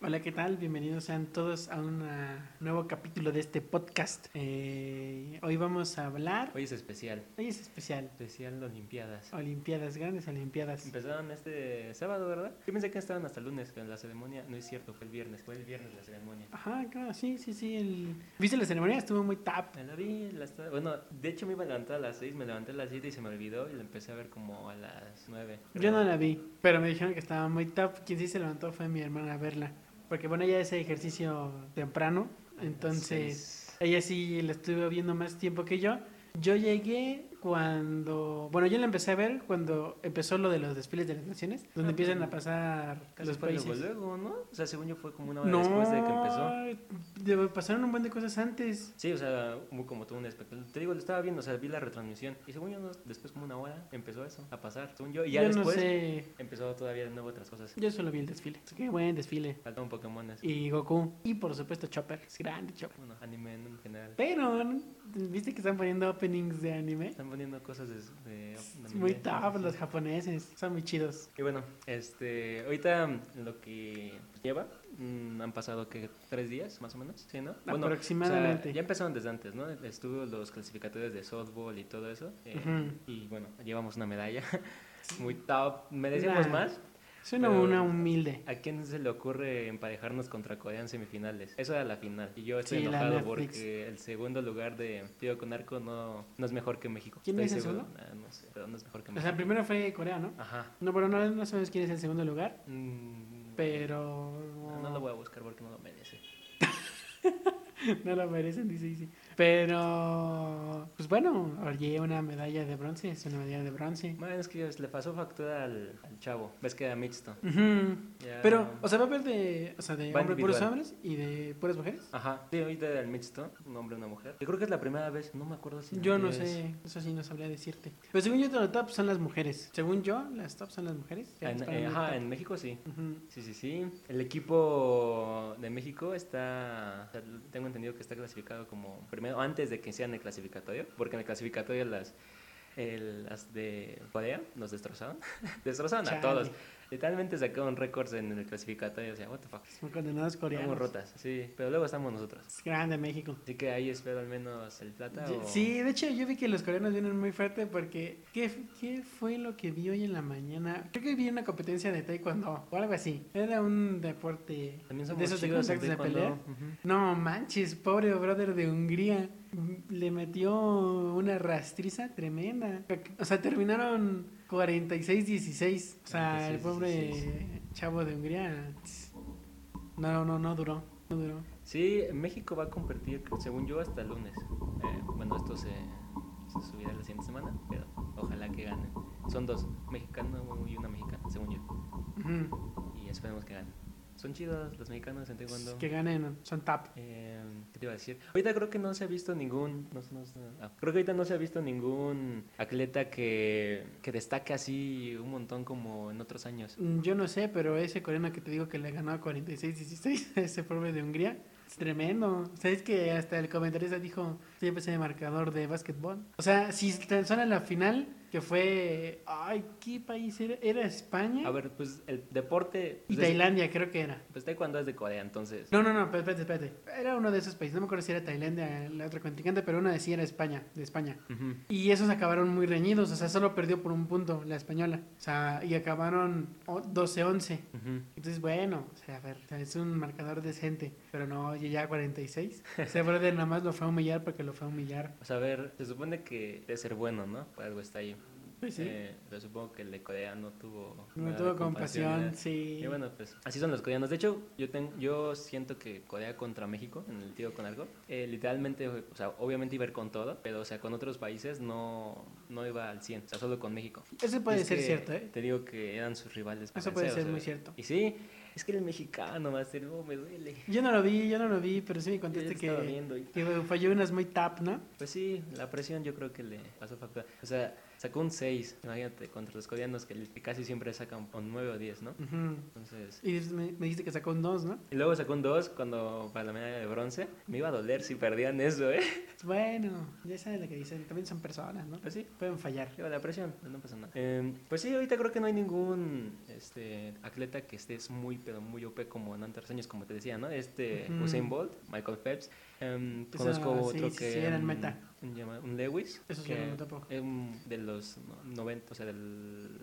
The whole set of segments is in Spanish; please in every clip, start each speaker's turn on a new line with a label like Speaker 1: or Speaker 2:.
Speaker 1: Hola, ¿qué tal? Bienvenidos sean todos a un nuevo capítulo de este podcast. Eh, hoy vamos a hablar.
Speaker 2: Hoy es especial,
Speaker 1: Hoy es especial.
Speaker 2: especial de Olimpiadas.
Speaker 1: Olimpiadas, grandes Olimpiadas.
Speaker 2: Empezaron este sábado, ¿verdad? Yo pensé que estaban hasta el lunes en la ceremonia. No es cierto, fue el viernes. Fue el viernes la ceremonia.
Speaker 1: Ajá, claro, sí, sí, sí. el- ¿Viste la ceremonia? Estuvo muy tap.
Speaker 2: Me la vi, la estaba- Bueno, de hecho me iba a levantar a las 6, me levanté a las 7 y se me olvidó y la empecé a ver como a las 9.
Speaker 1: Yo no la vi, pero me dijeron que estaba muy tap. Quien sí se levantó fue mi hermana a verla. Porque bueno, ella hace ejercicio temprano. Entonces, ella sí la estuve viendo más tiempo que yo. Yo llegué cuando, bueno, yo la empecé a ver cuando empezó lo de los desfiles de las naciones, donde
Speaker 2: Ah,
Speaker 1: empiezan a
Speaker 2: pues,
Speaker 1: pasar
Speaker 2: Casi
Speaker 1: los
Speaker 2: fue luego,
Speaker 1: países.
Speaker 2: luego, ¿no? O sea, según yo fue como una hora
Speaker 1: No,
Speaker 2: después de que empezó.
Speaker 1: de- pasaron un buen de cosas antes.
Speaker 2: Sí, o sea, hubo como todo un espectáculo. Te digo, lo estaba viendo, o sea, vi la retransmisión. Y según yo, no- después como una hora empezó eso a pasar. Según yo, y ya
Speaker 1: yo
Speaker 2: después
Speaker 1: no sé,
Speaker 2: empezó todavía de nuevo otras cosas.
Speaker 1: yo solo vi el desfile. Así que buen desfile.
Speaker 2: Faltaban Pokémones.
Speaker 1: Y Goku. Y por supuesto Chopper, es grande Chopper.
Speaker 2: Bueno, anime en general.
Speaker 1: Pero, ¿viste que están poniendo openings de anime?
Speaker 2: Están poniendo cosas de... de- de
Speaker 1: Muy
Speaker 2: anime.
Speaker 1: top los japoneses, son muy chidos.
Speaker 2: Y bueno, este, ahorita mm, lo que lleva, mm, han pasado que tres días más o menos, ¿sí, no? Bueno, o sea,
Speaker 1: Aproximadamente.
Speaker 2: ya empezaron desde antes, ¿no? Estuvo los clasificatorios de softball y todo eso. eh,
Speaker 1: Ujú.
Speaker 2: Y bueno, llevamos una medalla muy top. ¿Merecemos
Speaker 1: Nah.
Speaker 2: más?
Speaker 1: Suena
Speaker 2: Pero-
Speaker 1: una humilde.
Speaker 2: ¿A quién se le ocurre emparejarnos contra Corea en semifinales? Eso era la final. Y yo estoy
Speaker 1: Sí, la
Speaker 2: enojado
Speaker 1: Netflix.
Speaker 2: porque el segundo lugar de Tío con Arco no, no es mejor que México.
Speaker 1: ¿Quién
Speaker 2: Estoy
Speaker 1: es el
Speaker 2: seguro. Ah, no sé, pero no es mejor que
Speaker 1: O
Speaker 2: México.
Speaker 1: sea, primero fue Corea, ¿no?
Speaker 2: Ajá.
Speaker 1: No, pero no, no sabemos quién es el segundo lugar,
Speaker 2: Mm,
Speaker 1: pero...
Speaker 2: No, no lo voy a buscar porque no lo merece.
Speaker 1: No lo merecen, dice Izzy. Pero, pues bueno, oye, una medalla de bronce, es una medalla de bronce.
Speaker 2: Bueno, es que le pasó factura al, al chavo. Ves que era mixto.
Speaker 1: Ujú.
Speaker 2: Ya-
Speaker 1: Pero, o sea, va a haber de, o sea, de
Speaker 2: Va
Speaker 1: hombre- puros
Speaker 2: individual.
Speaker 1: hombres y de puras mujeres.
Speaker 2: Ajá, sí, ahorita era el mixto, un hombre y una mujer. Yo creo que es la primera vez, no me acuerdo si...
Speaker 1: Yo no
Speaker 2: antes-
Speaker 1: sé, eso sí no sabría decirte. Pero según yo, las top son las mujeres. Según yo, las top son las mujeres. Ya
Speaker 2: En-
Speaker 1: es para
Speaker 2: eh,
Speaker 1: mí
Speaker 2: ajá,
Speaker 1: top.
Speaker 2: en México sí.
Speaker 1: Ujú.
Speaker 2: Sí, sí, sí. El equipo de México está, o sea, tengo entendido que está clasificado como primero, antes de que sea en el clasificatorio, porque en el clasificatorio las, el- las de Corea nos destrozaron. destrozaron
Speaker 1: Chale.
Speaker 2: a todos. Literalmente sacaron récords en el clasificatorio, o sea, what the fuck.
Speaker 1: Son condenados coreanos.
Speaker 2: Estamos rotas, sí, pero luego estamos nosotros.
Speaker 1: Es grande México.
Speaker 2: Así que ahí espero al menos el plata
Speaker 1: Yo-
Speaker 2: o...
Speaker 1: Sí, de hecho yo vi que los coreanos vienen muy fuerte porque ¿qué, f- qué fue lo que vi hoy en la mañana? Creo que vi una competencia de taekwondo o algo así. Era un deporte
Speaker 2: También somos
Speaker 1: de esos de
Speaker 2: chidos en
Speaker 1: contactos de
Speaker 2: taekwondo.
Speaker 1: pelea.
Speaker 2: Ujú.
Speaker 1: No manches, pobre brother de Hungría. Mm, Le metió una rastriza tremenda. O sea, terminaron 46-16. O sea, el pobre
Speaker 2: 46-16.
Speaker 1: chavo de Hungría. tss, No, no, no duró. No duró.
Speaker 2: Sí, México va a competir, según yo, hasta el lunes. Eh, bueno, esto se, se subirá la siguiente semana, pero ojalá que ganen. Son dos, mexicano y una mexicana, según yo.
Speaker 1: Ujú.
Speaker 2: Y esperemos que ganen. Son chidos los mexicanos en taekwondo.
Speaker 1: Que ganen, son tap.
Speaker 2: Eh, ¿Qué te iba a decir? Ahorita creo que no se ha visto ningún... no sé, no sé, ah, creo que ahorita no se ha visto ningún atleta que, que destaque así un montón como en otros años.
Speaker 1: Mm, Yo no sé, pero ese coreano que te digo que le ganó a 46-16, ese pobre de Hungría, es tremendo. ¿Sabes que hasta el comentarista dijo, yo empecé de marcador de básquetbol? O sea, si tan solo en la final, que fue, ay, ¿qué país era? ¿Era España?
Speaker 2: A ver, pues el deporte...
Speaker 1: y
Speaker 2: pues, es-
Speaker 1: Tailandia, creo que era.
Speaker 2: Pues taekwondo es de Corea, entonces...
Speaker 1: No, no, no, espérate, espérate. Era uno de esos países, no me acuerdo si era Tailandia, la otra contingente, pero una decía era España, de España.
Speaker 2: Ujú.
Speaker 1: Y esos acabaron muy reñidos, o sea, solo perdió por un punto la española. O sea, y acabaron oh, 12-11.
Speaker 2: Ujú.
Speaker 1: Entonces, bueno, o sea, a ver, o sea, es un marcador decente, pero no, oye, ya 46. Ese brother nada más lo fue a humillar porque lo fue a humillar.
Speaker 2: O sea, a ver, se supone que debe ser bueno, ¿no? Por algo está ahí.
Speaker 1: Pues sí,
Speaker 2: Eh, pero supongo que el de Corea no tuvo...
Speaker 1: no
Speaker 2: nada
Speaker 1: tuvo
Speaker 2: de
Speaker 1: compasión,
Speaker 2: ¿eh?
Speaker 1: sí.
Speaker 2: Y bueno, pues así son los coreanos. De hecho, yo tengo, yo siento que Corea contra México, en el tiro con algo, eh, literalmente, o sea, obviamente iba a ir con todo, pero o sea, con otros países no, no iba al 100, o sea, solo con México.
Speaker 1: Eso puede
Speaker 2: Y es
Speaker 1: ser
Speaker 2: que
Speaker 1: cierto, ¿eh?
Speaker 2: Te digo que eran sus rivales.
Speaker 1: Eso
Speaker 2: por
Speaker 1: puede
Speaker 2: vencer,
Speaker 1: ser muy cierto.
Speaker 2: Y sí, es que el mexicano, Master, oh, me duele.
Speaker 1: Yo no lo vi, yo no lo vi, pero sí me contaste
Speaker 2: Yo estaba
Speaker 1: que,
Speaker 2: viendo y-
Speaker 1: que falló unas muy tap, ¿no?
Speaker 2: Pues sí, la presión yo creo que le pasó factura. O sea, Sacó un 6, imagínate, contra los coreanos que casi siempre sacan un 9 o 10, ¿no?
Speaker 1: Ujú.
Speaker 2: Entonces...
Speaker 1: Y dices- me, me dijiste que sacó un 2, ¿no?
Speaker 2: Y luego sacó un 2 cuando para la medalla de bronce. Me iba a doler si perdían eso, ¿eh?
Speaker 1: Pues Bueno, ya sabes lo que dicen. También son personas, ¿no?
Speaker 2: Pues sí,
Speaker 1: Pueden fallar.
Speaker 2: Lleva la presión, pues no pasa nada. Eh, pues sí, ahorita creo que no hay ningún este, atleta que estés muy, pero muy OP como en otros años, como te decía, ¿no? Este
Speaker 1: Ujú.
Speaker 2: Usain Bolt, Michael Phelps. Em,
Speaker 1: Esa-
Speaker 2: conozco
Speaker 1: sí,
Speaker 2: otro
Speaker 1: sí,
Speaker 2: que.
Speaker 1: sí, era en
Speaker 2: em,
Speaker 1: meta.
Speaker 2: Un, llama- un Lewis.
Speaker 1: Eso sí,
Speaker 2: que
Speaker 1: era en meta, poco.
Speaker 2: Es un de los no- 90, o sea, del.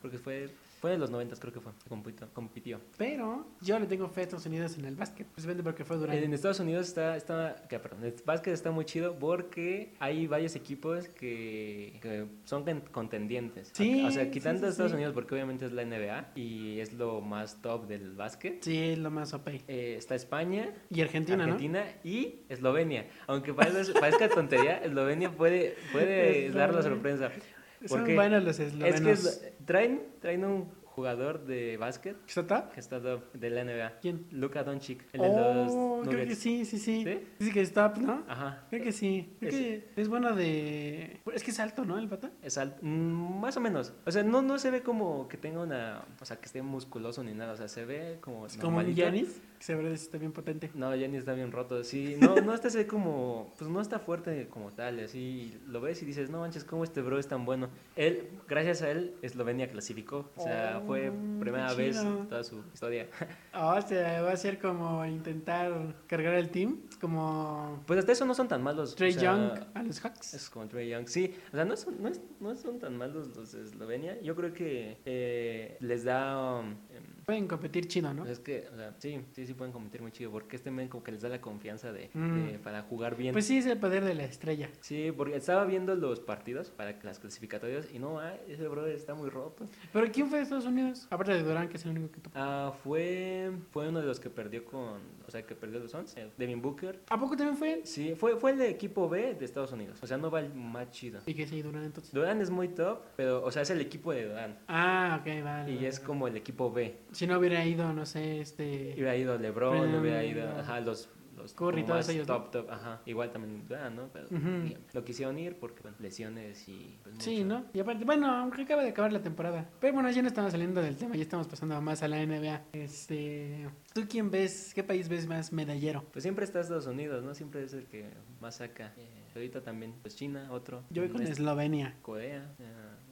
Speaker 2: Porque fue. Fue de los 90, creo que fue. que compito- compitió.
Speaker 1: Pero yo le tengo fe a Estados Unidos en el básquet. Precisamente porque fue durante.
Speaker 2: En Estados Unidos está, está, que, perdón, el básquet está muy chido porque hay varios equipos que, que son con- contendientes.
Speaker 1: Sí,
Speaker 2: o sea,
Speaker 1: sí,
Speaker 2: quitando
Speaker 1: sí,
Speaker 2: a Estados
Speaker 1: sí.
Speaker 2: Unidos porque obviamente es la NBA y es lo más top del básquet.
Speaker 1: Sí, es lo más OP.
Speaker 2: eh, está España,
Speaker 1: Y Argentina,
Speaker 2: Argentina y Eslovenia. Aunque parezca, parezca tontería, Eslovenia puede, puede dar la
Speaker 1: Eslovenia.
Speaker 2: sorpresa.
Speaker 1: ¿no?
Speaker 2: ¿por
Speaker 1: Son
Speaker 2: qué?
Speaker 1: buenos los
Speaker 2: Es
Speaker 1: eslovenos.
Speaker 2: que eslo- traen, traen un jugador de básquet
Speaker 1: ¿Qué está top?
Speaker 2: que está top de la NBA.
Speaker 1: ¿Quién?
Speaker 2: Luka Doncic, el de
Speaker 1: Oh,
Speaker 2: los
Speaker 1: creo que
Speaker 2: Nuggets.
Speaker 1: sí, sí, sí.
Speaker 2: ¿Sí? Ah.
Speaker 1: Dice que es top, ¿no?
Speaker 2: Ajá.
Speaker 1: Creo que sí. Creo que es bueno de. pues, Es que es alto, ¿no? El pata.
Speaker 2: Es al- mm, más o menos. O sea, no, no se ve como que tenga una. O sea, que esté musculoso ni nada. O sea, se ve como.
Speaker 1: Es como un
Speaker 2: Pues, normalito.
Speaker 1: Giannis. Que se ve está bien potente.
Speaker 2: No, Yanis está bien roto. Sí, no, no está así como. Pues no está fuerte como tal. Así lo ves y dices, no manches, ¿cómo este bro es tan bueno? Él, gracias a él, Eslovenia clasificó. O sea,
Speaker 1: Oh,
Speaker 2: fue
Speaker 1: qué
Speaker 2: primera vez
Speaker 1: chido.
Speaker 2: en toda su historia.
Speaker 1: Ah, o sea, va a ser como intentar cargar el team. Como
Speaker 2: Pues hasta eso no son tan malos. o
Speaker 1: Trey
Speaker 2: sea,
Speaker 1: Young a los Hawks.
Speaker 2: Es como Trae Young, sí. O sea, no son, no es- no son tan malos los de Eslovenia. Yo creo que eh, les da. um, em,
Speaker 1: Pueden competir chido, ¿no?
Speaker 2: Pues es que, o sea, sí, sí, sí pueden competir muy chido, porque este men como que les da la confianza de,
Speaker 1: Mm.
Speaker 2: de- para jugar bien.
Speaker 1: Pues sí, es el poder de la estrella.
Speaker 2: sí, porque estaba viendo los partidos para las clasificatorias y no, ah, ese brother está muy roto.
Speaker 1: ¿Pero quién fue de Estados Unidos? Aparte de Durán, que es el único que topó.
Speaker 2: Ah, fue, fue uno de los que perdió con, o sea, que perdió los 11, Devin Booker.
Speaker 1: ¿A poco también fue él?
Speaker 2: Sí, fue, fue el de equipo B de Estados Unidos, o sea, no va el más chido.
Speaker 1: ¿Y que sí, Durán entonces?
Speaker 2: Durán es muy top, pero, o sea, es el equipo de Durán.
Speaker 1: Ah, ok, vale.
Speaker 2: Y es
Speaker 1: vale.
Speaker 2: como el equipo B.
Speaker 1: Si no hubiera ido, no sé, este...
Speaker 2: Hubiera ido LeBron,
Speaker 1: Pero,
Speaker 2: hubiera ido
Speaker 1: no.
Speaker 2: ajá, los, los
Speaker 1: Curry,
Speaker 2: como
Speaker 1: todos
Speaker 2: más
Speaker 1: ellos, ¿no?
Speaker 2: top, top, ajá. Igual también, ah, ¿no? Pero,
Speaker 1: Ujú.
Speaker 2: ya, Lo quisieron ir porque, bueno, lesiones y... pues,
Speaker 1: Sí,
Speaker 2: mucho.
Speaker 1: ¿no? Y aparte, bueno, aunque acaba de acabar la temporada. Pero bueno, ya no estamos saliendo del tema, ya estamos pasando más a la NBA. Este... ¿Tú quién ves? ¿Qué país ves más medallero?
Speaker 2: Pues siempre está Estados Unidos, ¿no? Siempre es el que más saca. Eh, ahorita también, pues China, otro.
Speaker 1: Yo voy con
Speaker 2: Mm,
Speaker 1: Eslovenia.
Speaker 2: Corea. eh,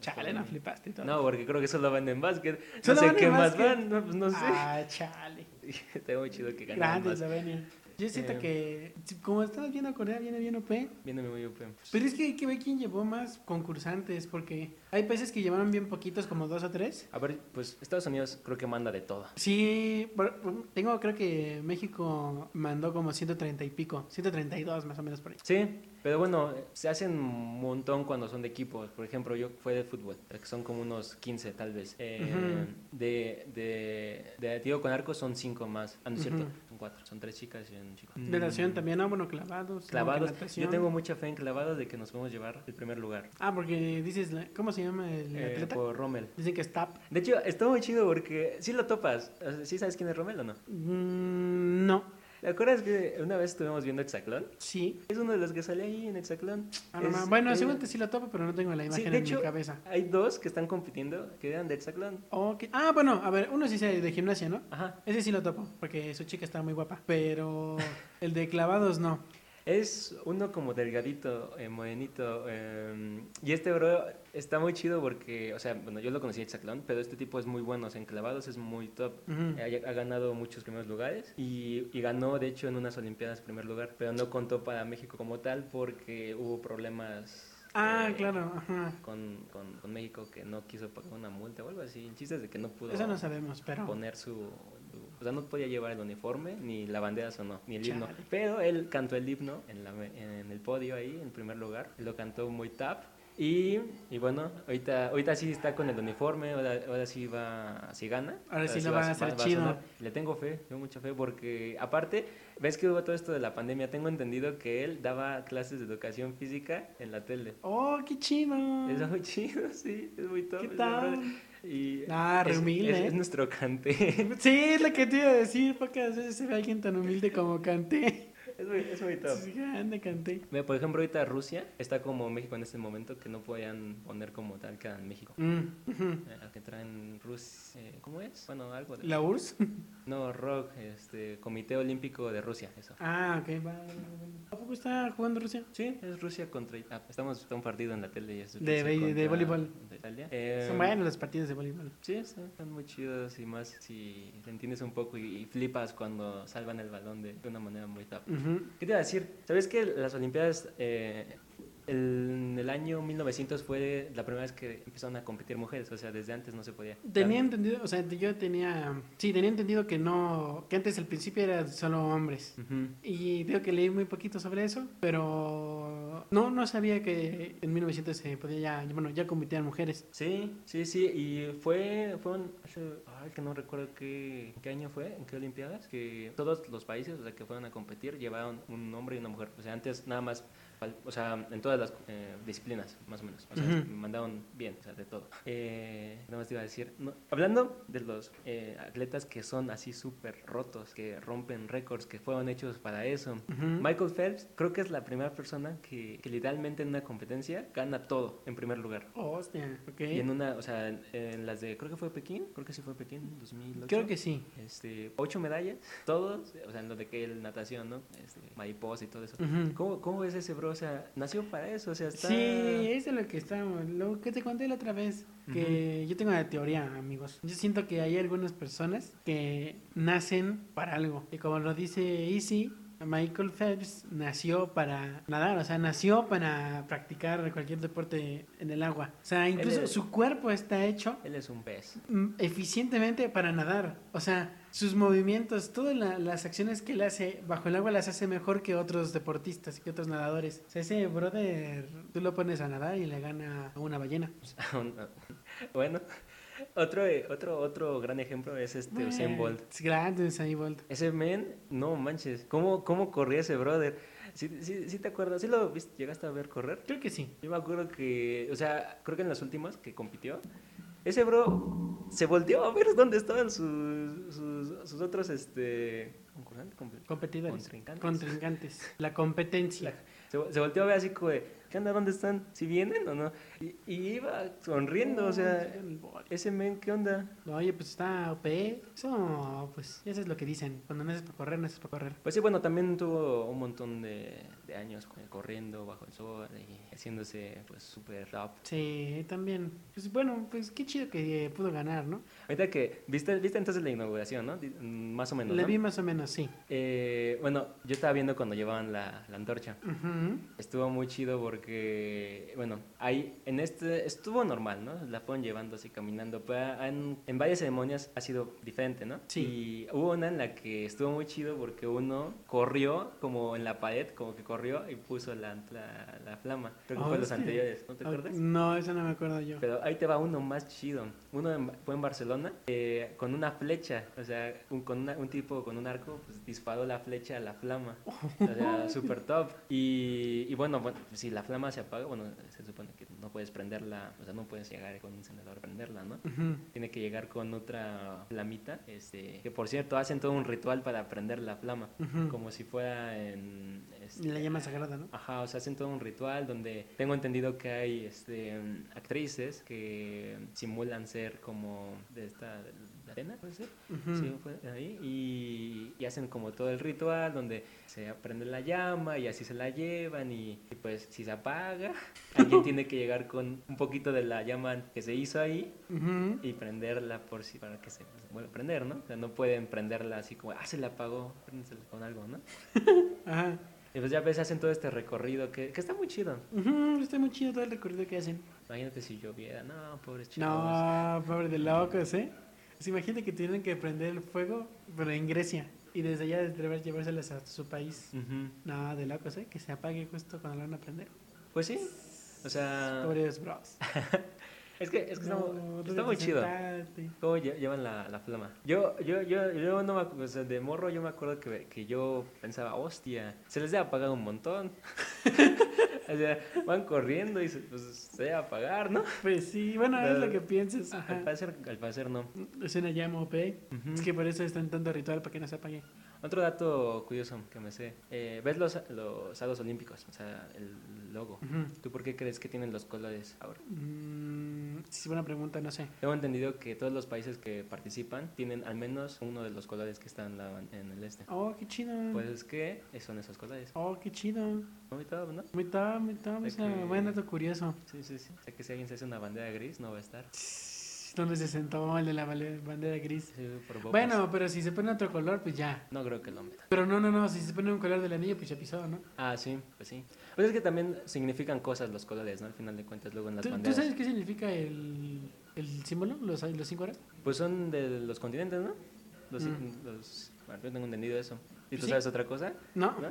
Speaker 1: Chale,
Speaker 2: Eslovenia.
Speaker 1: no flipaste y todo.
Speaker 2: No, porque creo que solo van en básquet. No
Speaker 1: ¿Solo
Speaker 2: sé
Speaker 1: van en
Speaker 2: qué más
Speaker 1: básquet?
Speaker 2: van, no, pues no sé.
Speaker 1: Ah, chale.
Speaker 2: Está muy chido que ganan
Speaker 1: Grande
Speaker 2: más.
Speaker 1: Eslovenia. Yo siento
Speaker 2: Eh.
Speaker 1: que, si- como estamos viendo a Corea, viene bien OP.
Speaker 2: Viéndome muy pues. OP.
Speaker 1: Pero es que hay que ver quién llevó más concursantes, porque hay países que llevaron bien poquitos, como dos o tres.
Speaker 2: A ver, pues Estados Unidos creo que manda de todo.
Speaker 1: Sí, por- tengo, creo que México mandó como 130 y pico, 132 más o menos por ahí.
Speaker 2: Sí, pero bueno, se hacen un montón cuando son de equipos. Por ejemplo, yo fue de fútbol, que son como unos 15 tal vez. Eh,
Speaker 1: Ujú.
Speaker 2: De, de, de tiro con arco son 5 más. Ah, no es cierto,
Speaker 1: Ujú.
Speaker 2: son 4. Son 3 chicas y un chico.
Speaker 1: De natación
Speaker 2: Mm,
Speaker 1: también, ah, bueno, clavados.
Speaker 2: Clavados.
Speaker 1: supongo que natación.
Speaker 2: Yo tengo mucha fe en clavados de que nos podemos llevar el primer lugar.
Speaker 1: Ah, porque dices, la- ¿cómo se llama el
Speaker 2: eh,
Speaker 1: atleta?
Speaker 2: por Rommel.
Speaker 1: Dicen que es TAP.
Speaker 2: De hecho, está muy chido porque sí lo topas. O sea, ¿Sí sabes quién es Rommel o no?
Speaker 1: Mm, no,
Speaker 2: ¿Te acuerdas que una vez estuvimos viendo Hexaclón?
Speaker 1: sí.
Speaker 2: Es uno de los que sale ahí en Hexaclón.
Speaker 1: Ah, no
Speaker 2: Es-
Speaker 1: mames. bueno,
Speaker 2: eh,
Speaker 1: seguramente sí lo topo, pero no tengo la imagen
Speaker 2: de
Speaker 1: en
Speaker 2: hecho,
Speaker 1: mi cabeza.
Speaker 2: Hay dos que están compitiendo que eran de Hexaclón.
Speaker 1: Ok. Ah, bueno, a ver, uno sí es de gimnasia, ¿no?
Speaker 2: Ajá.
Speaker 1: Ese sí lo topo, porque su chica está muy guapa. Pero el de clavados no.
Speaker 2: Es uno como delgadito, eh, morenito. eh, y este bro está muy chido porque, o sea, bueno, yo lo conocí en Hexaclón, pero este tipo es muy bueno. o sea, en clavados es muy top.
Speaker 1: Ujú.
Speaker 2: Ha, ha ganado muchos primeros lugares y, y ganó, de hecho, en unas Olimpiadas primer lugar, pero no contó para México como tal porque hubo problemas.
Speaker 1: Ah,
Speaker 2: eh,
Speaker 1: claro, ajá.
Speaker 2: Con, con- con México que no quiso pagar una multa o algo así. El chiste es de que no pudo.
Speaker 1: Eso no sabemos, pero.
Speaker 2: poner su, o sea no podía llevar el uniforme ni la bandera sonó ni el himno
Speaker 1: Chale.
Speaker 2: pero él cantó el himno en, la, me- en el podio ahí en primer lugar lo cantó muy tap y, y bueno ahorita ahorita sí está con el uniforme ahora, ahora sí va si gana
Speaker 1: Ahora sí lo
Speaker 2: va
Speaker 1: van a hacer chido.
Speaker 2: sonar. le tengo fe tengo mucha fe porque aparte ves que hubo todo esto de la pandemia tengo entendido que él daba clases de educación física en la tele
Speaker 1: Oh, qué chido.
Speaker 2: es muy chido sí es muy top
Speaker 1: ¿Qué
Speaker 2: ese brother.
Speaker 1: tal?
Speaker 2: y
Speaker 1: Ah, re
Speaker 2: es,
Speaker 1: humilde,
Speaker 2: es-
Speaker 1: ¿eh?
Speaker 2: es nuestro cante
Speaker 1: Sí, es lo que te iba a decir. Pocas veces se ve a alguien tan humilde como Canté.
Speaker 2: Es muy, es muy top.
Speaker 1: Sí, anda, canté.
Speaker 2: Mira, por ejemplo, ahorita Rusia está como México en este momento que no podían poner como tal que en México.
Speaker 1: Mm, ujú.
Speaker 2: Eh, que traen Rus... eh, ¿Cómo es? Bueno, algo de...
Speaker 1: ¿La URSS?
Speaker 2: No, rock, este, Comité Olímpico de Rusia, eso.
Speaker 1: Ah, ok, va. va, va, va. ¿A poco está jugando Rusia?
Speaker 2: Sí, es Rusia contra Italia. Estamos en un partido en la tele y es
Speaker 1: De
Speaker 2: Rusia
Speaker 1: be- de
Speaker 2: contra-
Speaker 1: voleibol.
Speaker 2: contra Italia. Eh,
Speaker 1: Son buenos los partidos de voleibol.
Speaker 2: Sí, están están muy chidos y más si te entiendes un poco y, y flipas cuando salvan el balón de, de una manera muy tapa.
Speaker 1: Ujú.
Speaker 2: ¿Qué te iba a decir? ¿Sabes que las Olimpiadas eh, el- en el año 1900 fue la primera vez que empezaron a competir mujeres? O sea, desde antes no se podía.
Speaker 1: Tenía
Speaker 2: Claro.
Speaker 1: entendido, o sea, yo tenía, sí, tenía entendido que no, que antes al principio era solo hombres.
Speaker 2: Ujú.
Speaker 1: Y digo que leí muy poquito sobre eso, pero no, no sabía que en 1900 se podía ya, bueno, ya convertían mujeres.
Speaker 2: Sí, sí, sí, y fue, fue un, hace- ay, que no recuerdo qué, qué año fue, en qué Olimpiadas, que todos los países, o sea, que fueron a competir, llevaron un hombre y una mujer, o sea, antes nada más, fal- o sea, en todas las eh, disciplinas, más o menos, o sea,
Speaker 1: Ujú.
Speaker 2: mandaron bien, o sea, de todo. Eh, nada más te iba a decir, no, hablando de los eh, atletas que son así súper rotos, que rompen récords, que fueron hechos para eso,
Speaker 1: Ujú.
Speaker 2: Michael Phelps creo que es la primera persona que, que literalmente en una competencia gana todo en primer lugar.
Speaker 1: Hostia, ok.
Speaker 2: Y en una, o sea, en, en las de, creo que fue Pekín, creo que sí fue Pekín, 2008.
Speaker 1: Creo que sí.
Speaker 2: Este, ocho medallas, todos, o sea, en lo de que el natación, ¿no? Este, mariposa y todo eso.
Speaker 1: Ujú.
Speaker 2: ¿Cómo, ¿Cómo es ese bro? O sea, nació para eso, o sea, está...
Speaker 1: Sí, eso es lo que estábamos, lo que te conté la otra vez, que yo tengo una teoría, amigos. Yo siento que hay algunas personas que nacen para algo. Y como lo dice Easy, Michael Phelps nació para nadar, o sea, nació para practicar cualquier deporte en el agua. O sea, incluso
Speaker 2: es-
Speaker 1: su cuerpo está hecho
Speaker 2: Él es un pez.
Speaker 1: mm, eficientemente para nadar. O sea, sus movimientos, todas la- las acciones que él hace bajo el agua las hace mejor que otros deportistas, que otros nadadores. O sea, ese brother, tú lo pones a nadar y le gana a una ballena.
Speaker 2: bueno, otro, eh, otro, otro gran ejemplo es este Usain Bolt.
Speaker 1: Es grande Usain Bolt.
Speaker 2: Ese men, no manches, ¿cómo, cómo corría ese brother? ¿Sí, sí, sí te acuerdas? ¿Sí lo viste- llegaste a ver correr?
Speaker 1: Creo que sí.
Speaker 2: Yo me acuerdo que, o sea, creo que en las últimas que compitió, ese bro se volteó a ver dónde estaban sus, sus, sus otros, este, concursantes, compet-
Speaker 1: Competidores.
Speaker 2: Contrincantes.
Speaker 1: Contrincantes. La competencia.
Speaker 2: se, se volteó a ver así como de, ¿qué onda? ¿Dónde están? ¿Si vienen o no? Y, y iba sonriendo, o sea, ese men, ¿qué onda?
Speaker 1: Oye, pues está OP. Eso, pues, eso es lo que dicen. Cuando naces para correr, naces para correr.
Speaker 2: Pues sí, bueno, también tuvo un montón de, de años eh, corriendo bajo el sol y haciéndose, pues, súper top.
Speaker 1: Sí, también. Pues bueno, pues qué chido que eh, pudo ganar, ¿no?
Speaker 2: Ahorita que, ¿viste, viste entonces la inauguración, no? Di- mm, Más o menos,
Speaker 1: Le
Speaker 2: ¿no?
Speaker 1: vi más o menos, sí.
Speaker 2: Eh, bueno, yo estaba viendo cuando llevaban la, la antorcha.
Speaker 1: Ujú.
Speaker 2: Estuvo muy chido porque, bueno, ahí en este estuvo normal, ¿no? La fueron llevando así caminando, pero en, en varias ceremonias ha sido diferente, ¿no?
Speaker 1: Sí.
Speaker 2: Y hubo una en la que estuvo muy chido porque uno corrió como en la pared, como que corrió y puso la, la, la flama. Creo que fue los
Speaker 1: Hostia.
Speaker 2: anteriores, ¿no te
Speaker 1: Ah,
Speaker 2: acuerdas?
Speaker 1: No, eso no me acuerdo yo.
Speaker 2: Pero ahí te va uno más chido. Uno en- fue en Barcelona eh, con una flecha. O sea, un, con una- un tipo con un arco pues, disparó la flecha a la flama. O sea, súper top. Y, y bueno, bueno, si la flama se apaga, bueno, se supone que no puedes prenderla. O sea, no puedes llegar con un encendedor a prenderla, ¿no?
Speaker 1: Ujú.
Speaker 2: Tiene que llegar con otra flamita. Este, que por cierto, hacen todo un ritual para prender la flama.
Speaker 1: Ujú.
Speaker 2: Como si fuera en. este,
Speaker 1: La llama sagrada, ¿no?
Speaker 2: Ajá, o sea, hacen todo un ritual donde tengo entendido que hay este, mm, actrices que simulan ser como de esta de la arena, puede ser.
Speaker 1: Ujú.
Speaker 2: Sí, fue de ahí. Y, y hacen como todo el ritual donde se prende la llama y así se la llevan. Y, y pues si se apaga, alguien tiene que llegar con un poquito de la llama que se hizo ahí
Speaker 1: Ujú.
Speaker 2: y prenderla por si para que se, se vuelva a prender, ¿no? O sea, no pueden prenderla así como, ah, se la apagó, préndensela con algo, ¿no?
Speaker 1: Ajá.
Speaker 2: Y pues ya ves, hacen todo este recorrido que, que está muy chido.
Speaker 1: Ujú, Está muy chido todo el recorrido que hacen.
Speaker 2: Imagínate si lloviera, no, pobres chicos.
Speaker 1: No, pobre de locos, ¿eh? Pues imagínate que tienen que prender el fuego, pero en Grecia. Y desde allá deber llevárselas a su país.
Speaker 2: Ujú.
Speaker 1: No, de locos, ¿eh? Que se apague justo cuando lo van a prender.
Speaker 2: Pues sí, o sea,
Speaker 1: Pobres bros.
Speaker 2: Ah. es que, es que está,
Speaker 1: No,
Speaker 2: está muy chido.
Speaker 1: representante.
Speaker 2: ¿Cómo lle- llevan la, la flama? Yo, yo, yo, yo no me acu- o sea, de morro yo me acuerdo que, que yo pensaba, hostia, se les debe apagar un montón. O sea, van corriendo y se, pues, se va a pagar, ¿no?
Speaker 1: Pues sí, bueno, es lo que pienses.
Speaker 2: Al
Speaker 1: Ajá.
Speaker 2: parecer, al parecer no.
Speaker 1: Es una llama OP.
Speaker 2: Ujú.
Speaker 1: Es que por eso están tanto ritual para que no se apague.
Speaker 2: Otro dato curioso que me sé. eh, ¿Ves los, los sagos olímpicos? O sea, el logo.
Speaker 1: Ujú.
Speaker 2: ¿Tú por qué crees que tienen los colores ahora?
Speaker 1: Mm, sí, es buena pregunta, no sé.
Speaker 2: Tengo entendido que todos los países que participan tienen al menos uno de los colores que están en la- en el este.
Speaker 1: Oh, qué chido.
Speaker 2: Pues es que son esos colores.
Speaker 1: Oh, qué chido.
Speaker 2: Muy todo, ¿no?
Speaker 1: Muy top, muy top.
Speaker 2: De
Speaker 1: Es un
Speaker 2: que-
Speaker 1: buen dato curioso.
Speaker 2: Sí, sí, sí. O sea que si alguien se hace una bandera gris, no va a estar.
Speaker 1: ¿Dónde se sentó el de la vale- bandera gris?
Speaker 2: Sí, por bocas.
Speaker 1: Bueno, pero si se pone otro color, pues ya.
Speaker 2: No creo que lo metan.
Speaker 1: Pero no, no, no. Si se pone un color del anillo, pues ya pisado, ¿no?
Speaker 2: Ah, sí, pues sí. Pues es que también significan cosas los colores, ¿no? Al final de cuentas, luego en las
Speaker 1: ¿Tú, tú
Speaker 2: banderas.
Speaker 1: sabes qué significa el, el símbolo? ¿Los, los cinco horas?
Speaker 2: Pues son de los continentes, ¿no? Los,
Speaker 1: Mm. Pues
Speaker 2: los- bueno, yo tengo entendido eso. ¿Y tú
Speaker 1: Sí.
Speaker 2: sabes otra cosa?
Speaker 1: No.
Speaker 2: ¿No?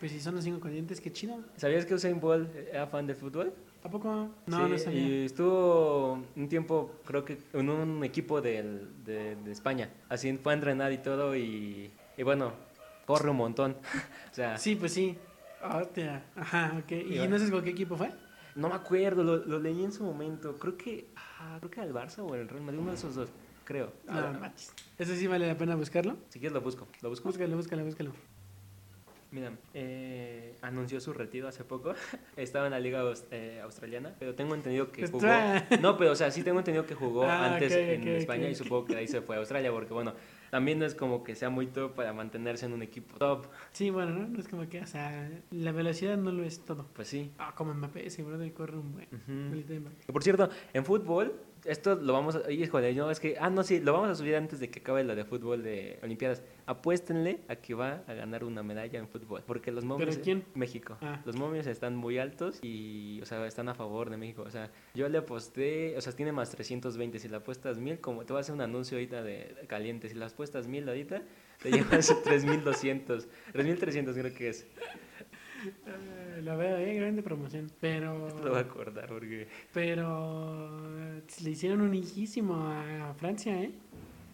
Speaker 1: Pues si son los cinco continentes, qué chido.
Speaker 2: ¿Sabías que Usain Bolt era fan del fútbol?
Speaker 1: ¿A poco? No,
Speaker 2: Sí,
Speaker 1: no sabía.
Speaker 2: Y estuvo un tiempo, creo que en un equipo del- de, de España. Así fue a entrenar y todo y, y bueno, corre un montón. o sea,
Speaker 1: Sí, pues sí. Ah, tía. Ajá, ok. ¿Y
Speaker 2: Iba.
Speaker 1: no sabes con qué equipo fue?
Speaker 2: no me acuerdo, lo, lo leí en su momento. Creo que, ah, creo que al Barça o al Real Madrid, uno de esos dos, creo.
Speaker 1: No,
Speaker 2: Ahora,
Speaker 1: manches. Eso sí vale la pena buscarlo.
Speaker 2: si quieres lo busco, lo busco.
Speaker 1: Búscalo, búscalo, búscalo.
Speaker 2: Mira, eh, anunció su retiro hace poco. Estaba en la liga aus- eh, australiana, pero tengo entendido que jugó.
Speaker 1: Está-
Speaker 2: No, pero o sea, sí tengo entendido que jugó
Speaker 1: Ah,
Speaker 2: antes
Speaker 1: ok,
Speaker 2: en
Speaker 1: ok,
Speaker 2: España
Speaker 1: ok.
Speaker 2: y supongo que de ahí se fue a Australia, porque bueno, también no es como que sea muy top para mantenerse en un equipo top.
Speaker 1: Sí, bueno, ¿no? No es como que, o sea, la velocidad no lo es todo.
Speaker 2: Pues sí.
Speaker 1: Ah, como Mbappé, seguro que corre un buen.
Speaker 2: Ujú.
Speaker 1: Ahorita Mbappé.
Speaker 2: Por cierto, en fútbol, esto lo vamos a. Híjole, no, es que. Ah, no, sí, lo vamos a subir antes de que acabe la de fútbol de Olimpiadas. Apuéstenle a que va a ganar una medalla en fútbol. Porque los momios.
Speaker 1: quién?
Speaker 2: México.
Speaker 1: Ah.
Speaker 2: Los momios están muy altos y, o sea, están a favor de México. O sea, yo le aposté. O sea, tiene más 320. Si la apuestas mil, como te voy a hacer un anuncio ahorita de caliente. Si la apuestas mil ahorita, te llevas 3200. 3300, creo que es.
Speaker 1: Eh, Lo veo, eh, grande promoción.
Speaker 2: Esto lo voy a
Speaker 1: Pero,
Speaker 2: acordar porque.
Speaker 1: pero eh, le hicieron un hijísimo a Francia, ¿eh?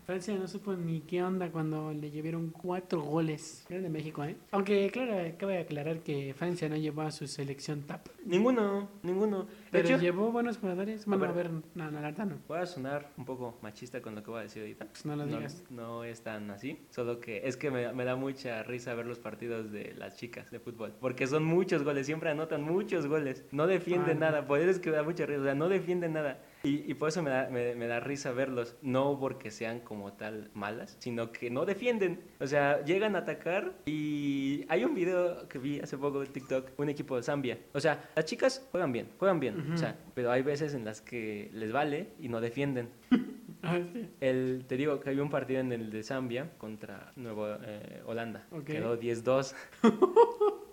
Speaker 1: Francia no supo ni qué onda cuando le llevaron cuatro goles. Era de México, ¿eh? Aunque, claro, cabe aclarar que Francia no llevó a su selección TAP.
Speaker 2: Ninguno, ninguno. De
Speaker 1: Pero
Speaker 2: hecho,
Speaker 1: llevó buenos jugadores. Bueno,
Speaker 2: A
Speaker 1: a
Speaker 2: ver.
Speaker 1: ver, no, no, la verdad no.
Speaker 2: Voy a sonar un poco machista con lo que voy a decir ahorita.
Speaker 1: Pues no lo digas.
Speaker 2: no es tan así, solo que es que me, me da mucha risa ver los partidos de las chicas de fútbol, porque son muchos goles, siempre anotan muchos goles, no defienden
Speaker 1: Ah, no.
Speaker 2: nada, por eso es que me da mucha risa, o sea, no defienden nada. Y, y por eso me da, me, me da risa verlos, no porque sean como tal malas, sino que no defienden. O sea, llegan a atacar y hay un video que vi hace poco en TikTok, un equipo de Zambia. O sea, las chicas juegan bien, juegan bien, o sea, pero hay veces en las que les vale y no defienden.
Speaker 1: Ah, sí.
Speaker 2: El, te digo que había un partido en el de Zambia contra Nueva eh, Holanda.
Speaker 1: Ok.
Speaker 2: Quedó 10-2.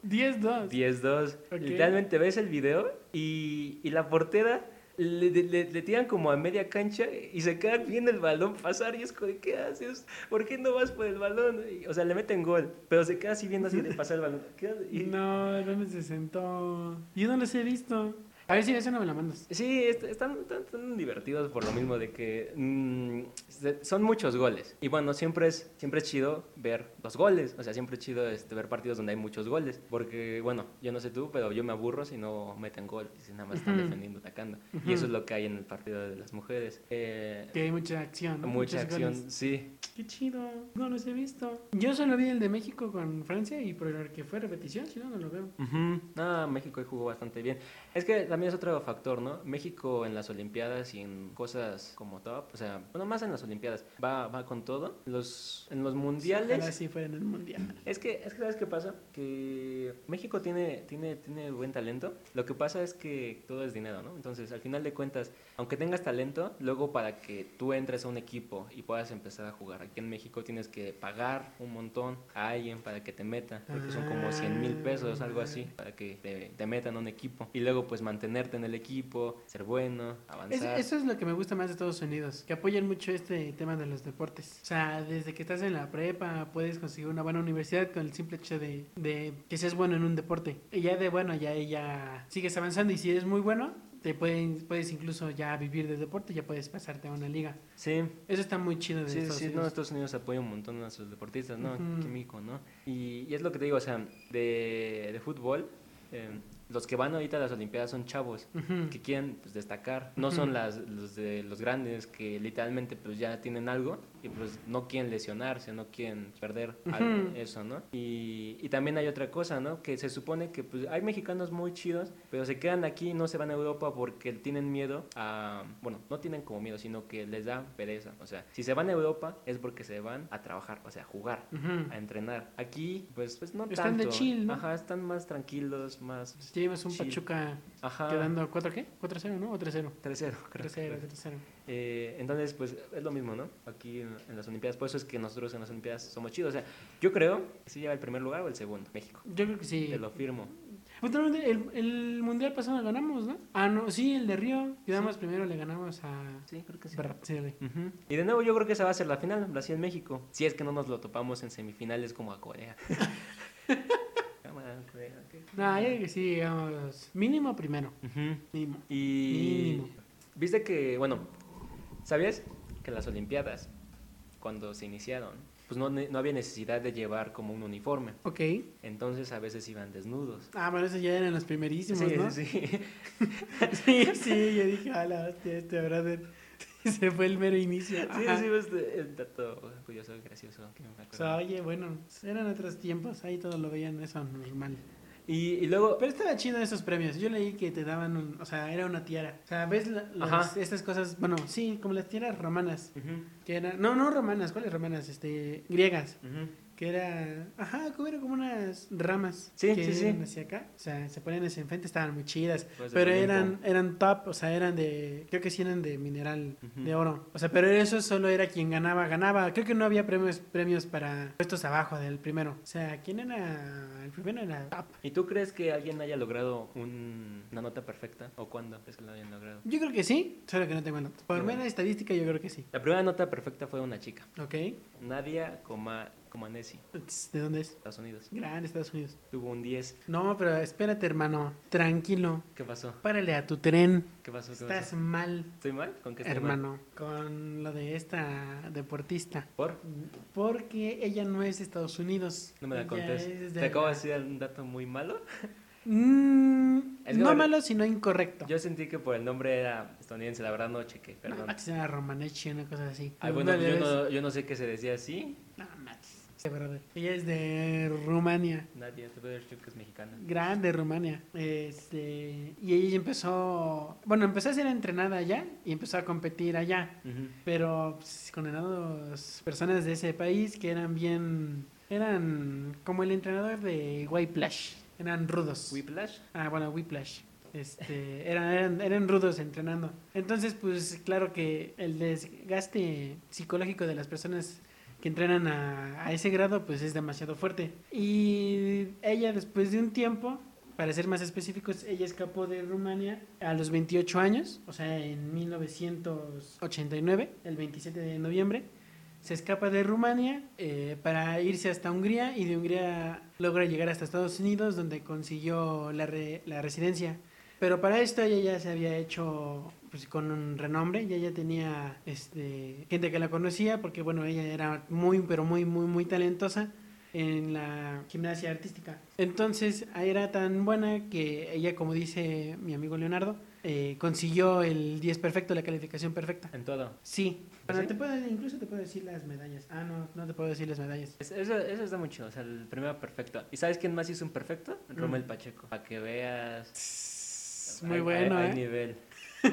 Speaker 1: 10-2.
Speaker 2: 10-2.
Speaker 1: Ok.
Speaker 2: Literalmente ves el video y, y la portera le, le- le tiran como a media cancha y se quedan viendo el balón pasar. Y es como, ¿qué haces? ¿Por qué no vas por el balón? Y, o sea, le meten gol, pero se queda así viendo así de pasar el balón. Queda- y-
Speaker 1: No, ¿dónde se sentó? Yo no los he visto. A ver si eso no me lo mandas.
Speaker 2: Sí, est- están, están- están divertidos por lo mismo de que mm, se- son muchos goles. Y bueno, siempre es, siempre es chido ver los goles. O sea, siempre es chido este, ver partidos donde hay muchos goles. Porque, bueno, yo no sé tú, pero yo me aburro si no meten gol. Si nada más están
Speaker 1: Ujú.
Speaker 2: defendiendo, atacando. Y eso es lo que hay en el partido de las mujeres. Eh,
Speaker 1: Que hay mucha acción. ¿no?
Speaker 2: mucha
Speaker 1: Muchos
Speaker 2: acción,
Speaker 1: goles.
Speaker 2: sí.
Speaker 1: Qué chido. No los he visto. Yo solo vi el de México con Francia y por el que fue repetición, si no, no lo veo.
Speaker 2: Ujú. Ah, México ahí jugó bastante bien. Es que también es otro factor, ¿no? México en las Olimpiadas y en cosas como top, o sea, bueno, más en las Olimpiadas, va, va con todo. Los, en los mundiales.
Speaker 1: Ojalá sí fuera en el mundial.
Speaker 2: Es que, es que, ¿sabes qué pasa? Que México tiene, tiene, tiene buen talento. Lo que pasa es que todo es dinero, ¿no? Entonces, al final de cuentas, aunque tengas talento, luego para que tú entres a un equipo y puedas empezar a jugar aquí en México, tienes que pagar un montón a alguien para que te meta. Porque son como 100 mil pesos, algo así, para que te, te metan a un equipo. Y luego, pues, mantenerte en el equipo, ser bueno,
Speaker 1: Es-
Speaker 2: avanzar.
Speaker 1: eso es lo que me gusta más de Estados Unidos, que apoyan mucho este tema de los deportes. O sea, desde que estás en la prepa puedes conseguir una buena universidad con el simple hecho de, de que seas bueno en un deporte. Y ya de bueno, ya, ya sigues avanzando y si eres muy bueno, te pueden, puedes incluso ya vivir del deporte, ya puedes pasarte a una liga.
Speaker 2: Sí,
Speaker 1: Eso está muy chido de
Speaker 2: Sí,
Speaker 1: Estados
Speaker 2: sí, no,
Speaker 1: Unidos.
Speaker 2: Estados Unidos apoya un montón a sus deportistas, ¿no?
Speaker 1: Ujú.
Speaker 2: Aquí en México, ¿no? Y, y es lo que te digo, o sea, de, de fútbol, eh, los que van ahorita a las Olimpiadas son chavos
Speaker 1: Ujú.
Speaker 2: que quieren pues, destacar. No son las, los de los grandes que literalmente pues ya tienen algo y pues no quieren lesionarse, no quieren perder algo,
Speaker 1: Ujú.
Speaker 2: eso, ¿no? Y, y también hay otra cosa, ¿no? Que se supone que pues hay mexicanos muy chidos, pero se quedan aquí y no se van a Europa porque tienen miedo a... Bueno, no tienen como miedo, sino que les da pereza. O sea, si se van a Europa es porque se van a trabajar, o sea, a jugar.
Speaker 1: Ujú.
Speaker 2: A entrenar. Aquí, pues, pues no
Speaker 1: Están de
Speaker 2: tanto.
Speaker 1: chill, ¿no?
Speaker 2: Ajá, están más tranquilos, más.
Speaker 1: Pues llevas un
Speaker 2: Chill.
Speaker 1: Pachuca
Speaker 2: Ajá.
Speaker 1: quedando 4 qué? 4-0, ¿no? O 3-0.
Speaker 2: 3-0, creo.
Speaker 1: 3-0, 3-0.
Speaker 2: Eh, entonces, pues es lo mismo, ¿no? Aquí en, en las Olimpiadas, por eso es que nosotros en las Olimpiadas somos chidos. O sea, yo creo que sí lleva el primer lugar o el segundo, México.
Speaker 1: Yo creo que sí.
Speaker 2: Te lo firmo.
Speaker 1: Pues, no, el, el mundial pasado lo ganamos, ¿no? Ah, no, sí, el de Río. Quedamos primero, le ganamos a
Speaker 2: Sí, creo que sí.
Speaker 1: Brasil.
Speaker 2: Ujú. Y de nuevo, yo creo que esa va a ser la final, Brasil-México. Si es que no nos lo topamos en semifinales como a Corea. Cámara, Corea, ¿qué?
Speaker 1: No, yo creo que sí, digamos. Mínimo primero.
Speaker 2: Ujú.
Speaker 1: Mínimo.
Speaker 2: Y
Speaker 1: Mínimo.
Speaker 2: viste que, bueno, ¿sabías que las Olimpiadas, cuando se iniciaron, pues no, ne- no había necesidad de llevar como un uniforme?
Speaker 1: Ok.
Speaker 2: Entonces a veces iban desnudos.
Speaker 1: Ah, pero esos ya eran los primerísimos,
Speaker 2: Sí,
Speaker 1: ¿no?
Speaker 2: sí, sí.
Speaker 1: Sí, sí, yo dije, a la hostia, este brother se fue el mero inicio.
Speaker 2: Sí,
Speaker 1: Ajá.
Speaker 2: sí, pues, eh, el dato curioso, gracioso. que me
Speaker 1: O
Speaker 2: acuerdo.
Speaker 1: sea, oye, bueno, eran otros tiempos, ahí todos lo veían eso normal.
Speaker 2: Y, y luego,
Speaker 1: Pero estaba chido esos premios. Yo leí que te daban un, o sea, era una tiara. O sea, ves la- las-
Speaker 2: Ajá.
Speaker 1: estas cosas, bueno, sí, como las tiaras romanas,
Speaker 2: Ujú,
Speaker 1: que eran, no, no romanas, ¿cuáles romanas? Este, griegas,
Speaker 2: ujú.
Speaker 1: que era, ajá, como eran como unas ramas
Speaker 2: Sí,
Speaker 1: que
Speaker 2: sí, sí.
Speaker 1: eran hacia acá, o sea, se ponían hacia enfrente, estaban muy chidas.
Speaker 2: Pues, de
Speaker 1: Pero
Speaker 2: Olimpo.
Speaker 1: eran, eran top, o sea, eran de, creo que sí eran de mineral,
Speaker 2: Ujú.
Speaker 1: de oro. O sea, pero eso solo era quien ganaba, ganaba. Creo que no había premios, premios para puestos abajo del primero. O sea, ¿quién era? El primero era top.
Speaker 2: ¿Y tú crees que alguien haya logrado un- una nota perfecta? ¿O cuándo crees que lo hayan logrado?
Speaker 1: Yo creo que sí, solo que no tengo el dato. Por
Speaker 2: Yo
Speaker 1: mera estadística, yo creo que sí.
Speaker 2: La primera nota perfecta fue una chica,
Speaker 1: ¿Ok?
Speaker 2: Nadia Coma, Comaneci,
Speaker 1: Tss, ¿De dónde es?
Speaker 2: Estados Unidos.
Speaker 1: Gran Estados Unidos.
Speaker 2: Tuvo un 10.
Speaker 1: No, pero espérate, hermano. Tranquilo.
Speaker 2: ¿Qué pasó?
Speaker 1: Párale a tu tren.
Speaker 2: ¿Qué pasó? ¿Qué
Speaker 1: Estás
Speaker 2: pasó?
Speaker 1: mal,
Speaker 2: ¿Estoy mal? ¿Con qué estoy mal?
Speaker 1: hermano. Con lo de esta deportista.
Speaker 2: ¿Por?
Speaker 1: Porque ella no es de Estados Unidos.
Speaker 2: No me la
Speaker 1: Ella
Speaker 2: contes.
Speaker 1: es de
Speaker 2: Te acabo de
Speaker 1: la-
Speaker 2: decir un dato muy malo.
Speaker 1: Mm,
Speaker 2: Es que
Speaker 1: no
Speaker 2: vale.
Speaker 1: malo, sino incorrecto.
Speaker 2: Yo sentí que por el nombre era estadounidense, la verdad no chequé, perdón.
Speaker 1: Ah, que se llama Romanechi, una cosa así.
Speaker 2: Ay, bueno, pues
Speaker 1: Dale,
Speaker 2: yo
Speaker 1: ves.
Speaker 2: no, yo no sé qué se decía así.
Speaker 1: No mames, este brother. Ella es de Rumania.
Speaker 2: Nadie, te puedo decir que es mexicana.
Speaker 1: Grande Rumania. Este, y ella empezó. Bueno, empezó a ser entrenada allá y empezó a competir allá.
Speaker 2: Ujú.
Speaker 1: Pero pues, condenados personas de ese país que eran bien. Eran como el entrenador de Whiplash. Eran rudos.
Speaker 2: Whiplash.
Speaker 1: Ah, bueno, Whiplash. Este, eran, eran, eran rudos entrenando. Entonces, pues claro que el desgaste psicológico de las personas que entrenan a, a ese grado, pues es demasiado fuerte. Y ella después de un tiempo, para ser más específicos, ella escapó de Rumania a los 28 años, o sea, en 1989, el 27 de noviembre. Se escapa de Rumania eh, para irse hasta Hungría y de Hungría logra llegar hasta Estados Unidos donde consiguió la, re- la residencia. Pero para esto ella ya se había hecho pues, con un renombre, ya ya tenía este, gente que la conocía porque bueno, ella era muy, pero muy, muy, muy talentosa en la gimnasia artística. Entonces era tan buena que ella, como dice mi amigo Leonardo, eh, consiguió el 10 perfecto, la calificación perfecta.
Speaker 2: En todo.
Speaker 1: Sí. Bueno,
Speaker 2: ¿Sí?
Speaker 1: te puedo, incluso te puedo decir las medallas. Ah, no, no te puedo decir las medallas.
Speaker 2: Es- Eso, eso está muy chido, o sea, el primero perfecto. ¿Y sabes quién más hizo un perfecto? Rommel Pacheco. Para que veas.
Speaker 1: Muy
Speaker 2: hay-
Speaker 1: bueno,
Speaker 2: hay- hay
Speaker 1: ¿eh?
Speaker 2: nivel.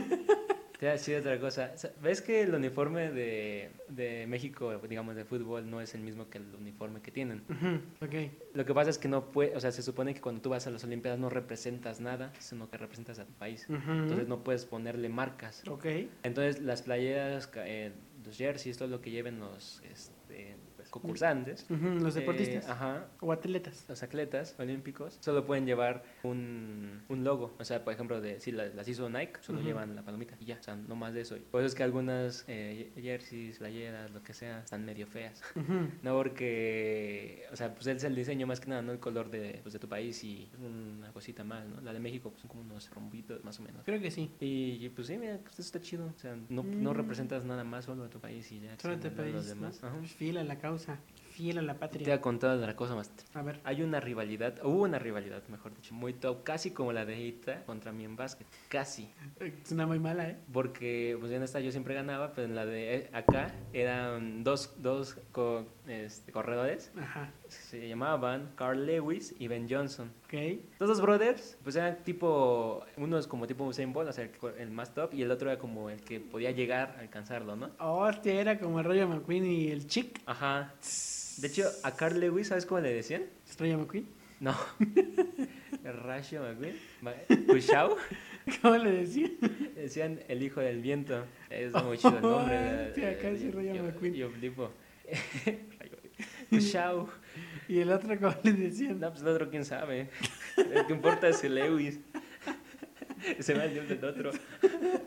Speaker 2: Te voy a decir otra cosa. O sea, ¿Ves que el uniforme de, de México, digamos, de fútbol, no es el mismo que el uniforme que tienen?
Speaker 1: Ujú, ok.
Speaker 2: Lo que pasa es que no puede, o sea, se supone que cuando tú vas a las Olimpiadas no representas nada, sino que representas a tu país.
Speaker 1: Ujú.
Speaker 2: Entonces no puedes ponerle marcas.
Speaker 1: Ok.
Speaker 2: Entonces las playeras, ca- eh, los jerseys, todo lo que lleven los este, pues, concursantes.
Speaker 1: Ujú, Los
Speaker 2: eh,
Speaker 1: deportistas
Speaker 2: ajá.
Speaker 1: o atletas.
Speaker 2: Los atletas olímpicos solo pueden llevar un, un logo. O sea, por ejemplo, de, si la- las, hizo Nike, solo
Speaker 1: Ujú.
Speaker 2: llevan la palomita y ya. O sea, no más de eso. Por eso es que algunas eh, jerseys, playeras, lo que sea, están medio feas.
Speaker 1: Ujú.
Speaker 2: No porque, o sea, pues es el diseño más que nada, no el color de, pues, de tu país y una cosita más, ¿no? La de México pues, son como unos rombitos más o menos.
Speaker 1: Creo que sí.
Speaker 2: Y, y, pues sí, mira, pues, eso está chido. O sea, no, no
Speaker 1: Mm.
Speaker 2: representas nada más solo de tu país y ya.
Speaker 1: Solo
Speaker 2: se
Speaker 1: te
Speaker 2: mandan
Speaker 1: pedís.
Speaker 2: los demás. Ajá.
Speaker 1: Fiel a la causa. fiel a la
Speaker 2: Te voy
Speaker 1: patria.
Speaker 2: a contar otra cosa más.
Speaker 1: A ver,
Speaker 2: Hay una rivalidad, hubo una rivalidad, mejor dicho, muy top, casi como la de Ita contra mí en básquet. Casi.
Speaker 1: eh, suena muy mala, ¿eh?
Speaker 2: Porque pues en esta yo siempre ganaba, pero en la de eh, acá eran dos, dos co- este, corredores.
Speaker 1: Ajá,
Speaker 2: Se llamaban Carl Lewis y Ben Johnson.
Speaker 1: ok.
Speaker 2: Los dos brothers, pues eran tipo, uno es como tipo Usain Bolt, o sea, el, que- el más top, y el otro era como el que podía llegar a alcanzarlo, ¿no?
Speaker 1: Hostia, era como el Rayo McQueen y el chick.
Speaker 2: Ajá. De hecho, a Carl Lewis, ¿sabes cómo le decían?
Speaker 1: ¿Rayo McQueen?
Speaker 2: No. Ratio McQueen. Ma- Cushao.
Speaker 1: ¿Cómo le decía?
Speaker 2: Decían el hijo del viento. Es muy chido el nombre. la-
Speaker 1: Hostia,
Speaker 2: la-
Speaker 1: casi
Speaker 2: yo-
Speaker 1: Rayo
Speaker 2: yo-
Speaker 1: McQueen.
Speaker 2: Yo flipo. Pues, Cushao.
Speaker 1: ¿Y el otro cómo le decían?
Speaker 2: No, pues el otro quién sabe. El que importa es el Lewis. Se va el dios del otro.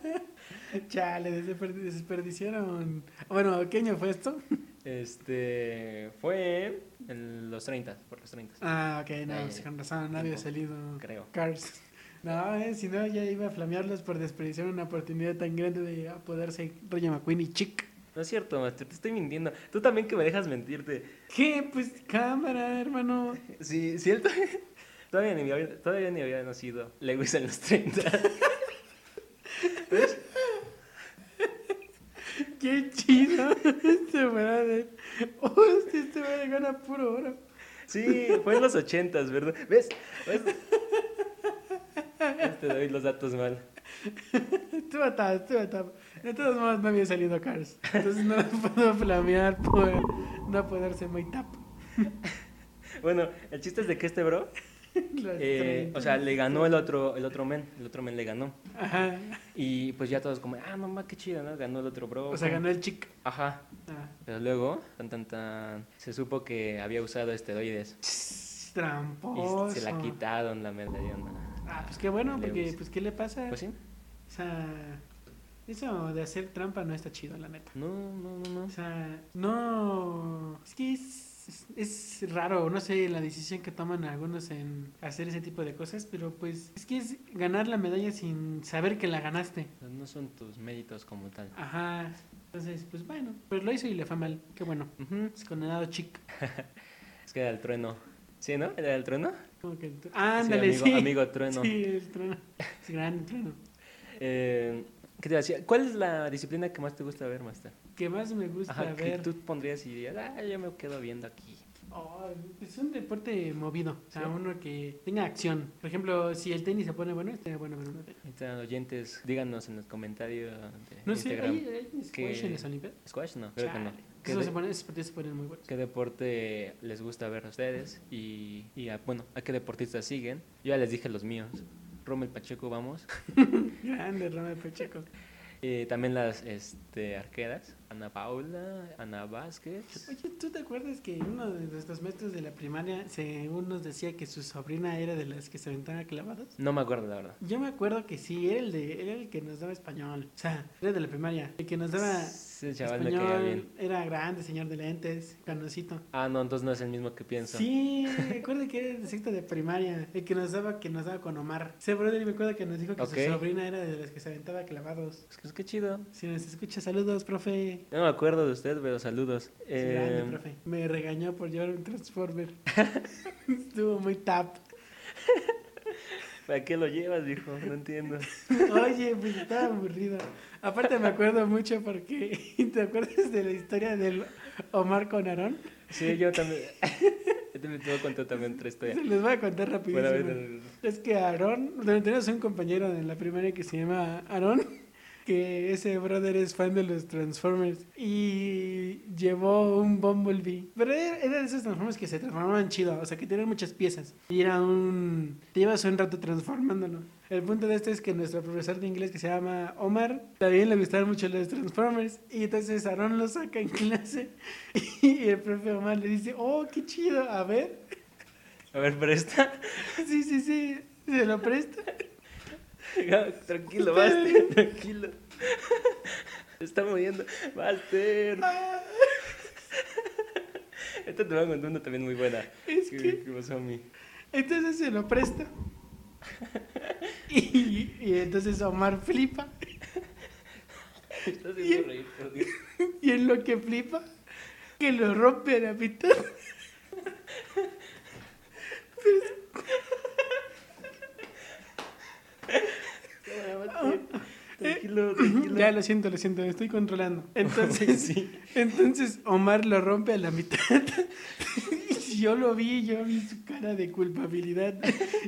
Speaker 1: Chale, desper- desperdiciaron. Bueno, ¿qué año fue esto?
Speaker 2: Este. Fue en los 30, por los 30.
Speaker 1: Ah, ok, no,
Speaker 2: Ay,
Speaker 1: pues, con razón, no había
Speaker 2: Eh, tiempo,
Speaker 1: salido.
Speaker 2: creo.
Speaker 1: Cars. No, eh, si no, ya iba a flamearlos por desperdiciar una oportunidad tan grande de apoderarse Rayo McQueen y chick.
Speaker 2: No es cierto, maestro, te estoy mintiendo. Tú también que me dejas mentirte.
Speaker 1: ¿Qué? Pues cámara, hermano.
Speaker 2: Sí, sí, él todavía, todavía ni había, todavía ni había nacido Lewis en los 30.
Speaker 1: Qué chido. Este fuera de. Hostia, este me gana puro oro.
Speaker 2: Sí, fue en los 80, ¿verdad? ¿Ves? ¿Ves? Te doy los datos mal.
Speaker 1: Estuvo atado, estuvo atado. De todos modos, no había salido Cars. Entonces no lo puedo flamear por no poderse muy tap.
Speaker 2: Bueno, el chiste es de que este bro,
Speaker 1: Los
Speaker 2: eh,
Speaker 1: 30.
Speaker 2: o sea, le ganó el otro, el otro men, el otro men le ganó.
Speaker 1: Ajá.
Speaker 2: Y pues ya todos como, ah, mamá, qué chido, ¿no? Ganó el otro bro.
Speaker 1: O sea,
Speaker 2: ¿cómo?
Speaker 1: ganó el chick.
Speaker 2: Ajá.
Speaker 1: Ah.
Speaker 2: Pero luego, tan, tan, tan, se supo que había usado esteroides.
Speaker 1: Ch,
Speaker 2: Y
Speaker 1: Tramposo.
Speaker 2: se la quitaron la medallona.
Speaker 1: Ah, pues qué bueno, porque
Speaker 2: Lewis.
Speaker 1: pues qué le pasa.
Speaker 2: Pues sí.
Speaker 1: O sea, eso de hacer trampa no está chido, la neta.
Speaker 2: No, no, no, no.
Speaker 1: O sea, no. Es que es, es raro, no sé, la decisión que toman algunos en hacer ese tipo de cosas, pero pues es que es ganar la medalla sin saber que la ganaste.
Speaker 2: Pues No son tus méritos como tal.
Speaker 1: Ajá. Entonces, pues bueno, pero lo hizo y le fue mal. Qué bueno. Pues,
Speaker 2: Ujú.
Speaker 1: Es condenado chic.
Speaker 2: Es que era el trueno. ¿Sí, no? ¿Era el trueno?
Speaker 1: Como que el tru- Ándale, sí.
Speaker 2: amigo, amigo trueno.
Speaker 1: Sí, el trueno. Es gran trueno.
Speaker 2: Eh, ¿Qué te decía? ¿Cuál es la disciplina que más te gusta ver, Master?
Speaker 1: Que más me gusta
Speaker 2: Ajá, que
Speaker 1: ver.
Speaker 2: tú pondrías y dirías, ah, yo me quedo viendo aquí.
Speaker 1: Oh, es un deporte movido, o sea,
Speaker 2: Sí.
Speaker 1: uno que tenga acción. Por ejemplo, si el tenis se pone bueno, estaría bueno ver uno de
Speaker 2: Ahorita, oyentes, díganos en los comentarios de
Speaker 1: No sé,
Speaker 2: Instagram.
Speaker 1: ¿hay, hay squash
Speaker 2: Eh, que-
Speaker 1: en las Olimpiadas?
Speaker 2: ¿Squash? No, creo
Speaker 1: Chale.
Speaker 2: que no. ¿Qué,
Speaker 1: Esos,
Speaker 2: de-
Speaker 1: se ponen, esos partidos se ponen muy buenos.
Speaker 2: qué deporte les gusta ver a ustedes? Y, y a- bueno, ¿a qué deportistas siguen? Yo ya les dije los míos. Rommel Pacheco, vamos.
Speaker 1: Grande, Roma pues, Pacheco.
Speaker 2: Eh, también las este, arqueras. Ana Paula, Ana Vázquez.
Speaker 1: Oye, ¿tú te acuerdas que uno de nuestros maestros de la primaria, según nos decía que su sobrina era de las que se aventaban clavadas?
Speaker 2: No me acuerdo, la verdad.
Speaker 1: Yo me acuerdo que sí, era el, de, era el que nos daba español. O sea, era de la primaria. El que nos daba
Speaker 2: Ese chaval me caía
Speaker 1: español
Speaker 2: bien.
Speaker 1: era grande, señor de lentes, canocito.
Speaker 2: Ah, no, entonces no es el mismo que pienso.
Speaker 1: Sí, me acuerdo que era de sexto de primaria, el que nos daba, que nos daba con Omar. Ese brother me acuerdo que nos dijo que
Speaker 2: Ok.
Speaker 1: su sobrina era de las que se aventaba clavados.
Speaker 2: Es que, es que chido.
Speaker 1: Si nos escucha, saludos, profe.
Speaker 2: No me acuerdo de usted, pero saludos.
Speaker 1: Sí, grande,
Speaker 2: Eh,
Speaker 1: profe. Me regañó por llevar un Transformer. Estuvo muy tap.
Speaker 2: ¿Para qué lo llevas, viejo? No entiendo.
Speaker 1: Oye, pues estaba aburrido. Aparte me acuerdo mucho porque ¿te acuerdas de la historia del Omar con Aarón?
Speaker 2: Sí, yo también. yo también te voy a contar también otra historia.
Speaker 1: Se les voy a contar
Speaker 2: Bueno, a
Speaker 1: rapidísimo.
Speaker 2: ver, eh,
Speaker 1: Es que Aarón, tenemos un compañero en la primaria que se llama Aarón, que ese brother es fan de los Transformers y llevó un Bumblebee. Pero era, era de esos Transformers que se transformaban chido, o sea, que tenían muchas piezas. Y era un... te llevas un rato transformándolo. El punto de esto es que nuestro profesor de inglés que se llama Omar, también le gustaban mucho los Transformers. Y entonces Aarón lo saca en clase y el profe Omar le dice, oh, qué chido, a ver.
Speaker 2: a ver, pero esta.
Speaker 1: Sí, sí, sí, se lo presta.
Speaker 2: tranquilo, Baster, tranquilo. Se está moviendo. Baster.
Speaker 1: Ah,
Speaker 2: Esta te voy a contar una también muy buena.
Speaker 1: Es
Speaker 2: ¿Qué,
Speaker 1: que
Speaker 2: qué pasó a mí?
Speaker 1: entonces se lo presta. Y, y entonces Omar flipa.
Speaker 2: Estás haciendo reír, por Dios.
Speaker 1: Y en lo que flipa, que lo rompe a la mitad.
Speaker 2: Ah. Tranquilo, tranquilo.
Speaker 1: Ya lo siento, lo siento, estoy controlando. Entonces, entonces Omar lo rompe a la mitad. Y yo lo vi, yo vi su cara de culpabilidad.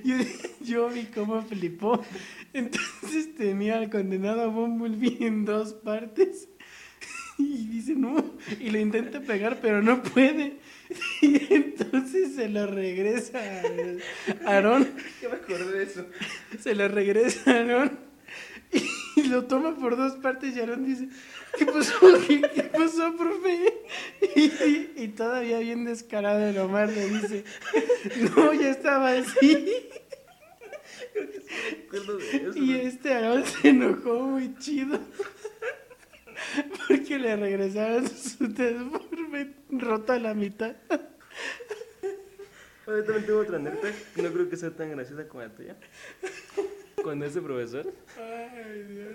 Speaker 1: Yo, yo vi cómo flipó. Entonces tenía al condenado a Bumblebee en dos partes. Y dice no, y lo intenta pegar, pero no puede. Y entonces se lo regresa a Aarón.
Speaker 2: Yo me acordé de eso.
Speaker 1: Se lo regresa a Aarón y lo toma por dos partes y Aarón dice, ¿qué pasó? ¿Qué, qué pasó, profe? Y, y- y todavía bien descarado el Omar le dice, no, ya estaba así.
Speaker 2: Me acuerdo de eso.
Speaker 1: Y este Aarón se enojó muy chido porque le regresaron su transforme roto a la mitad.
Speaker 2: Oye, también tengo otra anécdota que no creo que sea tan graciosa como la tuya. Cuando ese profesor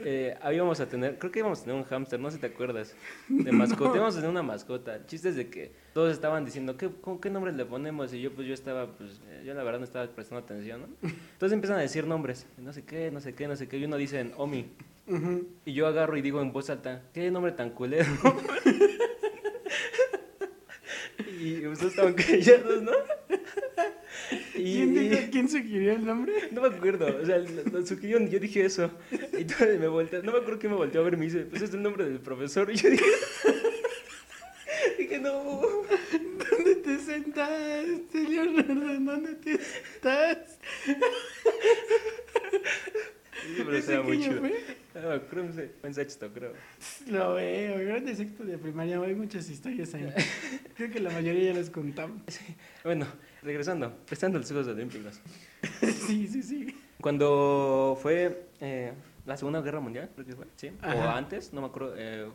Speaker 2: eh, ahí íbamos a tener, creo que íbamos a tener un hámster, no sé si te acuerdas, de mascota. Íbamos a tener una mascota. El chiste es de que todos estaban diciendo, ¿qué, con, ¿qué nombres le ponemos? Y yo, pues yo estaba, pues eh, yo la verdad no estaba prestando atención, ¿no? Entonces empiezan a decir nombres, no sé qué, no sé qué, no sé qué. Y uno dice, Omi.
Speaker 1: Ujú.
Speaker 2: Y yo agarro y digo en voz alta, ¿qué nombre tan culero? y ustedes estaban callados, ¿no?
Speaker 1: ¿Quién, dijo- quién sugirió el nombre?
Speaker 2: No me acuerdo, o sea, lo- lo sugirieron, yo dije eso. Y todo me volteó, no me acuerdo que me volteó a ver, me dice, pues es el nombre del profesor. Y yo dije, dije, no.
Speaker 1: ¿Dónde te sentás, señor? ¿Dónde te sentás?
Speaker 2: Sí, pero
Speaker 1: ¿Ese
Speaker 2: estaba muy
Speaker 1: qué año
Speaker 2: chido.
Speaker 1: fue?
Speaker 2: Ah, creo, no sé, fue en sexto, creo.
Speaker 1: Lo veo, yo en el sexto de primaria hay muchas historias ahí. Creo que la mayoría ya las contamos.
Speaker 2: Bueno, regresando, prestando los Juegos Olímpicos.
Speaker 1: Sí, sí, sí.
Speaker 2: Cuando fue eh, la Segunda Guerra Mundial, creo que fue, sí, o
Speaker 1: Ajá.
Speaker 2: antes, no me acuerdo. eh,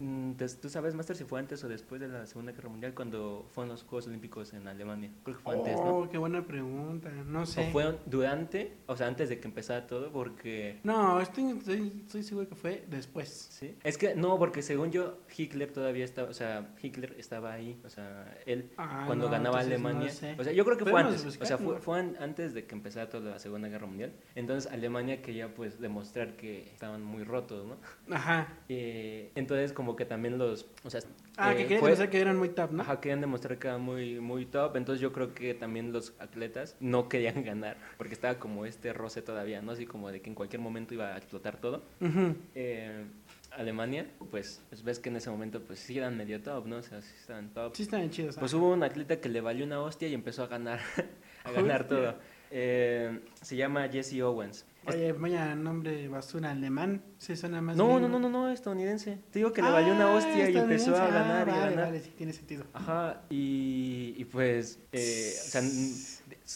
Speaker 2: mm, des- ¿Tú sabes, Master, si fue antes o después de la Segunda Guerra Mundial cuando fueron los Juegos Olímpicos en Alemania? Creo que fue antes, ¿no?
Speaker 1: oh, qué buena pregunta. No
Speaker 2: O
Speaker 1: sé.
Speaker 2: fueron durante, o sea, antes de que empezara todo, porque...
Speaker 1: No, estoy, estoy, estoy seguro que fue después.
Speaker 2: ¿Sí? Es que, no, porque según yo, Hitler todavía estaba, o sea, Hitler estaba ahí, o sea, él
Speaker 1: Ah,
Speaker 2: cuando
Speaker 1: no,
Speaker 2: ganaba
Speaker 1: entonces no
Speaker 2: Alemania.
Speaker 1: sé. pues,
Speaker 2: O sea, yo creo que fue
Speaker 1: Podemos
Speaker 2: antes.
Speaker 1: buscar,
Speaker 2: o sea, fue,
Speaker 1: ¿no?
Speaker 2: fue an- antes de que empezara toda la Segunda Guerra Mundial. Entonces Alemania quería pues demostrar que estaban muy rotos, ¿no?
Speaker 1: Ajá.
Speaker 2: Eh, entonces como que también los... O sea,
Speaker 1: Ah,
Speaker 2: eh,
Speaker 1: que quería
Speaker 2: fue-
Speaker 1: pensar que eran muy tap, ¿no?
Speaker 2: Ajá, querían demostrar que era muy, muy top. Entonces yo creo que también los atletas no querían ganar. Porque estaba como este roce todavía, ¿no? Así como de que en cualquier momento iba a explotar todo.
Speaker 1: Ujú.
Speaker 2: Eh, Alemania, pues, pues ves que en ese momento pues sí eran medio top, ¿no? O sea, sí estaban top.
Speaker 1: Sí, estaban chidos.
Speaker 2: Pues hubo un atleta que le valió una hostia y empezó a ganar, a ganar
Speaker 1: Hostia.
Speaker 2: todo. Eh, se llama Jesse Owens.
Speaker 1: Oye, vaya nombre basura alemán. Se suena más.
Speaker 2: No,
Speaker 1: gringo.
Speaker 2: no, no, no, no, estadounidense. Te digo que le valió una
Speaker 1: Ah,
Speaker 2: hostia y empezó a
Speaker 1: estadounidense. Ah,
Speaker 2: ganar y a
Speaker 1: vale,
Speaker 2: ganar.
Speaker 1: Vale, sí, tiene sentido.
Speaker 2: Ajá, y, y pues, eh, o sea, n-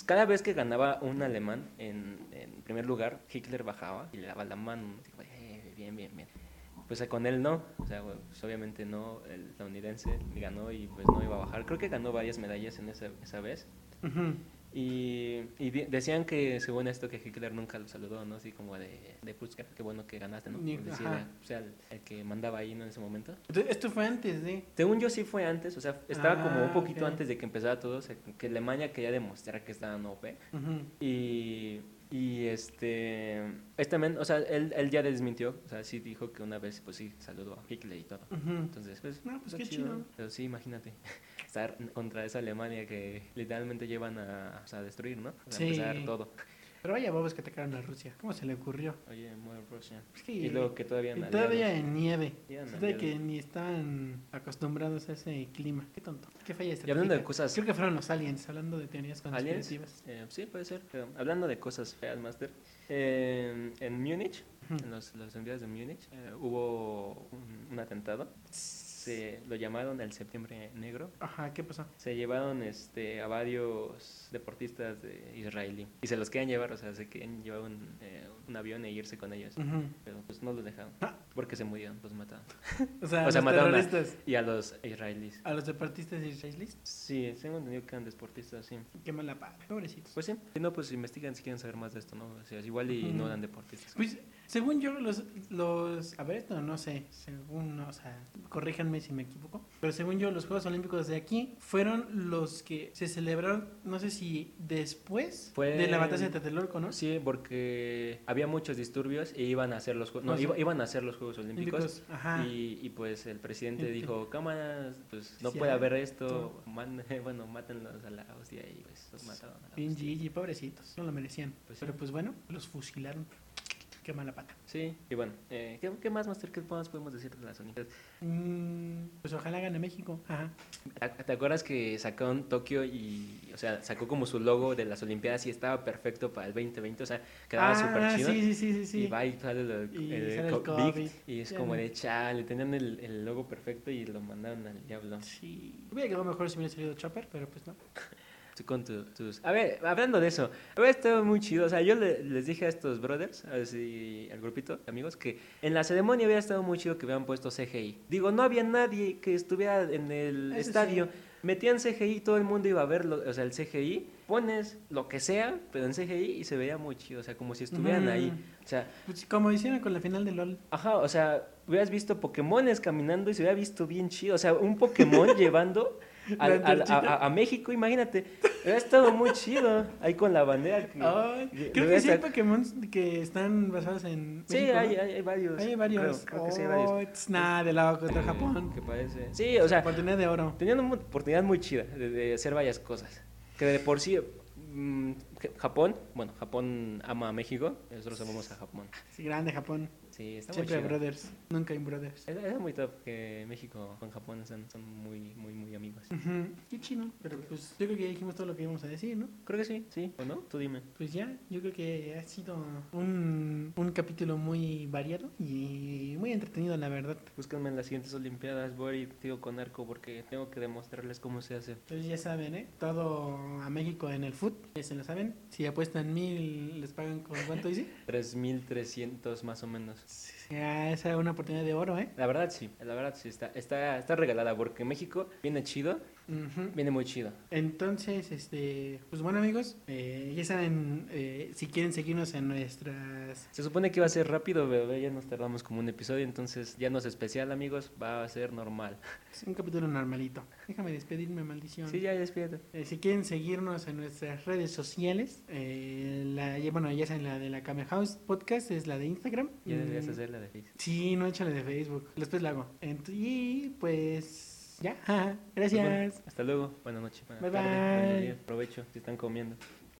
Speaker 2: cada vez que ganaba un alemán en, en primer lugar, Hitler bajaba y le daba la mano. Así como, "Eh, bien, bien, bien. Pues eh, con él no, o sea, pues, obviamente no, el estadounidense ganó y pues no iba a bajar. Creo que ganó varias medallas en esa, esa vez.
Speaker 1: Ujú.
Speaker 2: Y, y de- decían que, según esto, que Hitler nunca lo saludó, ¿no? Así como de, de pucha, qué bueno que ganaste, ¿no?
Speaker 1: Ni-
Speaker 2: Por decir,
Speaker 1: ajá.
Speaker 2: o sea, el, el que mandaba ahí, ¿no? En ese momento.
Speaker 1: Entonces, Esto fue antes de.
Speaker 2: Según yo sí fue antes, o sea, estaba como un
Speaker 1: Ah,
Speaker 2: poquito
Speaker 1: ok.
Speaker 2: antes de que empezara todo, o sea, que Alemania quería demostrar que estaba no OP.
Speaker 1: Ujú.
Speaker 2: Y, y este, este men, o sea, él, él ya desmintió, o sea, sí dijo que una vez, pues sí, saludó a Hitler y todo.
Speaker 1: Ujú.
Speaker 2: Entonces, pues,
Speaker 1: No, pues
Speaker 2: está
Speaker 1: qué chido.
Speaker 2: Pero sí, imagínate, estar contra esa Alemania que literalmente llevan a, o sea, a destruir, ¿no? O sea,
Speaker 1: Sí.
Speaker 2: empezar todo.
Speaker 1: Pero vaya bobos que atacaron a Rusia. ¿Cómo se le ocurrió?
Speaker 2: Oye, Mother Russia.
Speaker 1: Es que-
Speaker 2: Y luego que todavía...
Speaker 1: y
Speaker 2: en
Speaker 1: todavía
Speaker 2: aliados.
Speaker 1: en nieve.
Speaker 2: Y eran
Speaker 1: Es de que
Speaker 2: aliados.
Speaker 1: ni estaban acostumbrados a ese clima. Qué tonto. Qué falla
Speaker 2: Y hablando de
Speaker 1: estratégica.
Speaker 2: cosas
Speaker 1: Creo que fueron los aliens, hablando de teorías
Speaker 2: ¿Aliens?
Speaker 1: conspirativas.
Speaker 2: Eh, sí, puede ser. pero hablando de cosas feas, Master. eh, en Múnich,
Speaker 1: Ujú.
Speaker 2: en los, los envíos de Múnich, eh, hubo un, un atentado. Se lo llamaron el Septiembre Negro.
Speaker 1: Ajá, ¿qué pasó?
Speaker 2: Se llevaron este, a varios deportistas de israelí. Y se los querían llevar, o sea, se querían llevar un, eh, un avión e irse con ellos.
Speaker 1: Ujú.
Speaker 2: Pero pues no los dejaron.
Speaker 1: Ah.
Speaker 2: Porque se murieron, los mataron.
Speaker 1: O sea,
Speaker 2: O sea,
Speaker 1: los
Speaker 2: mataron a-
Speaker 1: terroristas.
Speaker 2: Y a los israelíes.
Speaker 1: A los deportistas israelíes.
Speaker 2: Sí, tengo entendido que eran deportistas, sí.
Speaker 1: Qué mala padre. Pobrecitos.
Speaker 2: Pues sí, si no, pues investigan si quieren saber más de esto, ¿no? O sea, igual y
Speaker 1: Ujú.
Speaker 2: no eran deportistas.
Speaker 1: Pues, según yo, los, los. A ver, esto no sé. Según, no, o sea, corríjanme corríjanme si me equivoco, pero según yo los Juegos Olímpicos de aquí fueron los que se celebraron, no sé si después
Speaker 2: Fue-
Speaker 1: de la batalla de Tlatelolco, ¿no?
Speaker 2: Sí, porque había muchos disturbios y iban a hacer los, jue- no,
Speaker 1: O sea,
Speaker 2: iba- iban a hacer los Juegos Olímpicos.
Speaker 1: Olímpicos, Ah. Ajá.
Speaker 2: Y, y, pues el presidente
Speaker 1: Ente.
Speaker 2: dijo, cámaras, pues no
Speaker 1: Sí,
Speaker 2: puede
Speaker 1: ah,
Speaker 2: haber esto, man- bueno, mátenlos a la hostia y pues los mataron a la
Speaker 1: Bien
Speaker 2: hostia.
Speaker 1: GG, pobrecitos, no lo merecían.
Speaker 2: Pues sí.
Speaker 1: pero pues bueno, los fusilaron. Qué mala pata.
Speaker 2: Sí, y bueno, eh, ¿qué, qué más, Master? ¿Qué más podemos decir de las Olimpiadas?
Speaker 1: Mm, pues ojalá gane México. Ajá.
Speaker 2: ¿Te- ¿Te acuerdas que sacaron Tokio y, o sea, sacó como su logo de las Olimpiadas y estaba perfecto para el 2020? O sea, quedaba
Speaker 1: Ah,
Speaker 2: súper chido.
Speaker 1: Sí, sí, sí, sí. sí.
Speaker 2: Y va y sale el,
Speaker 1: Y
Speaker 2: el
Speaker 1: sale el
Speaker 2: co-
Speaker 1: COVID.
Speaker 2: Big, y es
Speaker 1: Ya
Speaker 2: como
Speaker 1: no.
Speaker 2: de chale, tenían el, el logo perfecto y lo mandaron al diablo.
Speaker 1: Sí. Hubiera quedado mejor si hubiera salido Chopper, pero pues no.
Speaker 2: Tú con tu- tus... A ver, hablando de eso, había estado muy chido. O sea, yo le- les dije a estos brothers, así, al grupito de amigos, que en la ceremonia hubiera estado muy chido que hubieran puesto CGI. Digo, no había nadie que estuviera en el
Speaker 1: Eso
Speaker 2: estadio. Metían CGI, todo el mundo iba a ver, lo- o sea, el CGI. Pones lo que sea, pero en CGI y se veía muy chido. O sea, como si estuvieran
Speaker 1: Ujú.
Speaker 2: ahí. O sea,
Speaker 1: Pues como hicieron con la final de LOL.
Speaker 2: Ajá, o sea, hubieras visto Pokémones caminando y se hubiera visto bien chido. O sea, un Pokémon llevando
Speaker 1: La
Speaker 2: al- al- a,
Speaker 1: antorchita.
Speaker 2: a- a México, imagínate. Hubiera estado muy chido ahí con la bandera. que-
Speaker 1: Ay, creo
Speaker 2: de- debería
Speaker 1: que sí hay
Speaker 2: estar-
Speaker 1: Pokémon que están basados en.
Speaker 2: Sí,
Speaker 1: México, ¿no?
Speaker 2: hay, hay, hay varios.
Speaker 1: Hay varios.
Speaker 2: Creo, creo que sí hay varios.
Speaker 1: Nada, de la contra Japón.
Speaker 2: Que parece. Sí, o sea,
Speaker 1: Oportunidad de oro.
Speaker 2: tenían una oportunidad muy chida de, de hacer varias cosas. Que de por sí, mm, que- Japón, bueno, Japón ama a México, nosotros amamos a Japón.
Speaker 1: Sí, grande Japón.
Speaker 2: Sí, está muy
Speaker 1: Siempre hay
Speaker 2: chido.
Speaker 1: brothers. Nunca hay brothers.
Speaker 2: Era, era muy top que México con Japón son, son muy, muy, muy amigos.
Speaker 1: Ujú. Qué chino. Pero pues yo creo que ya dijimos todo lo que íbamos a decir, ¿no?
Speaker 2: Creo que sí, sí. ¿O no? Tú dime.
Speaker 1: Pues ya, yo creo que ha sido un, un capítulo muy variado y muy entretenido, la verdad.
Speaker 2: Búsquenme en las siguientes Olimpiadas, voy tío con arco porque tengo que demostrarles cómo se hace.
Speaker 1: Entonces ya saben, ¿eh? Todo a México en el food, ya se lo saben. Si apuestan mil, les pagan con cuánto dice.
Speaker 2: 3.300 más o menos.
Speaker 1: Ya, ah, esa es una oportunidad de oro, ¿eh?
Speaker 2: La verdad sí, la verdad sí, está, está, está regalada porque México viene chido,
Speaker 1: Ujú.
Speaker 2: viene muy chido.
Speaker 1: Entonces, este, pues bueno amigos, eh, ya saben, eh, si quieren seguirnos en nuestras...
Speaker 2: Se supone que iba a ser rápido, bebé, ya nos tardamos como un episodio, entonces ya no es especial, amigos, va a ser normal.
Speaker 1: Es un capítulo normalito. Déjame despedirme, maldición.
Speaker 2: Sí, ya despídete.
Speaker 1: Eh, si quieren seguirnos en nuestras redes sociales, eh, la, ya- bueno, ya saben, la de la Kame House Podcast es la de Instagram.
Speaker 2: Ya deberías
Speaker 1: Mm,
Speaker 2: hacer la de Face.
Speaker 1: Sí, no échale de Facebook. Después la hago. Ent- y pues ya. Gracias.
Speaker 2: Pues Hasta luego, buenas noches. buenas
Speaker 1: Bye,
Speaker 2: tardes, buenos
Speaker 1: bye.
Speaker 2: días, provecho, si están comiendo.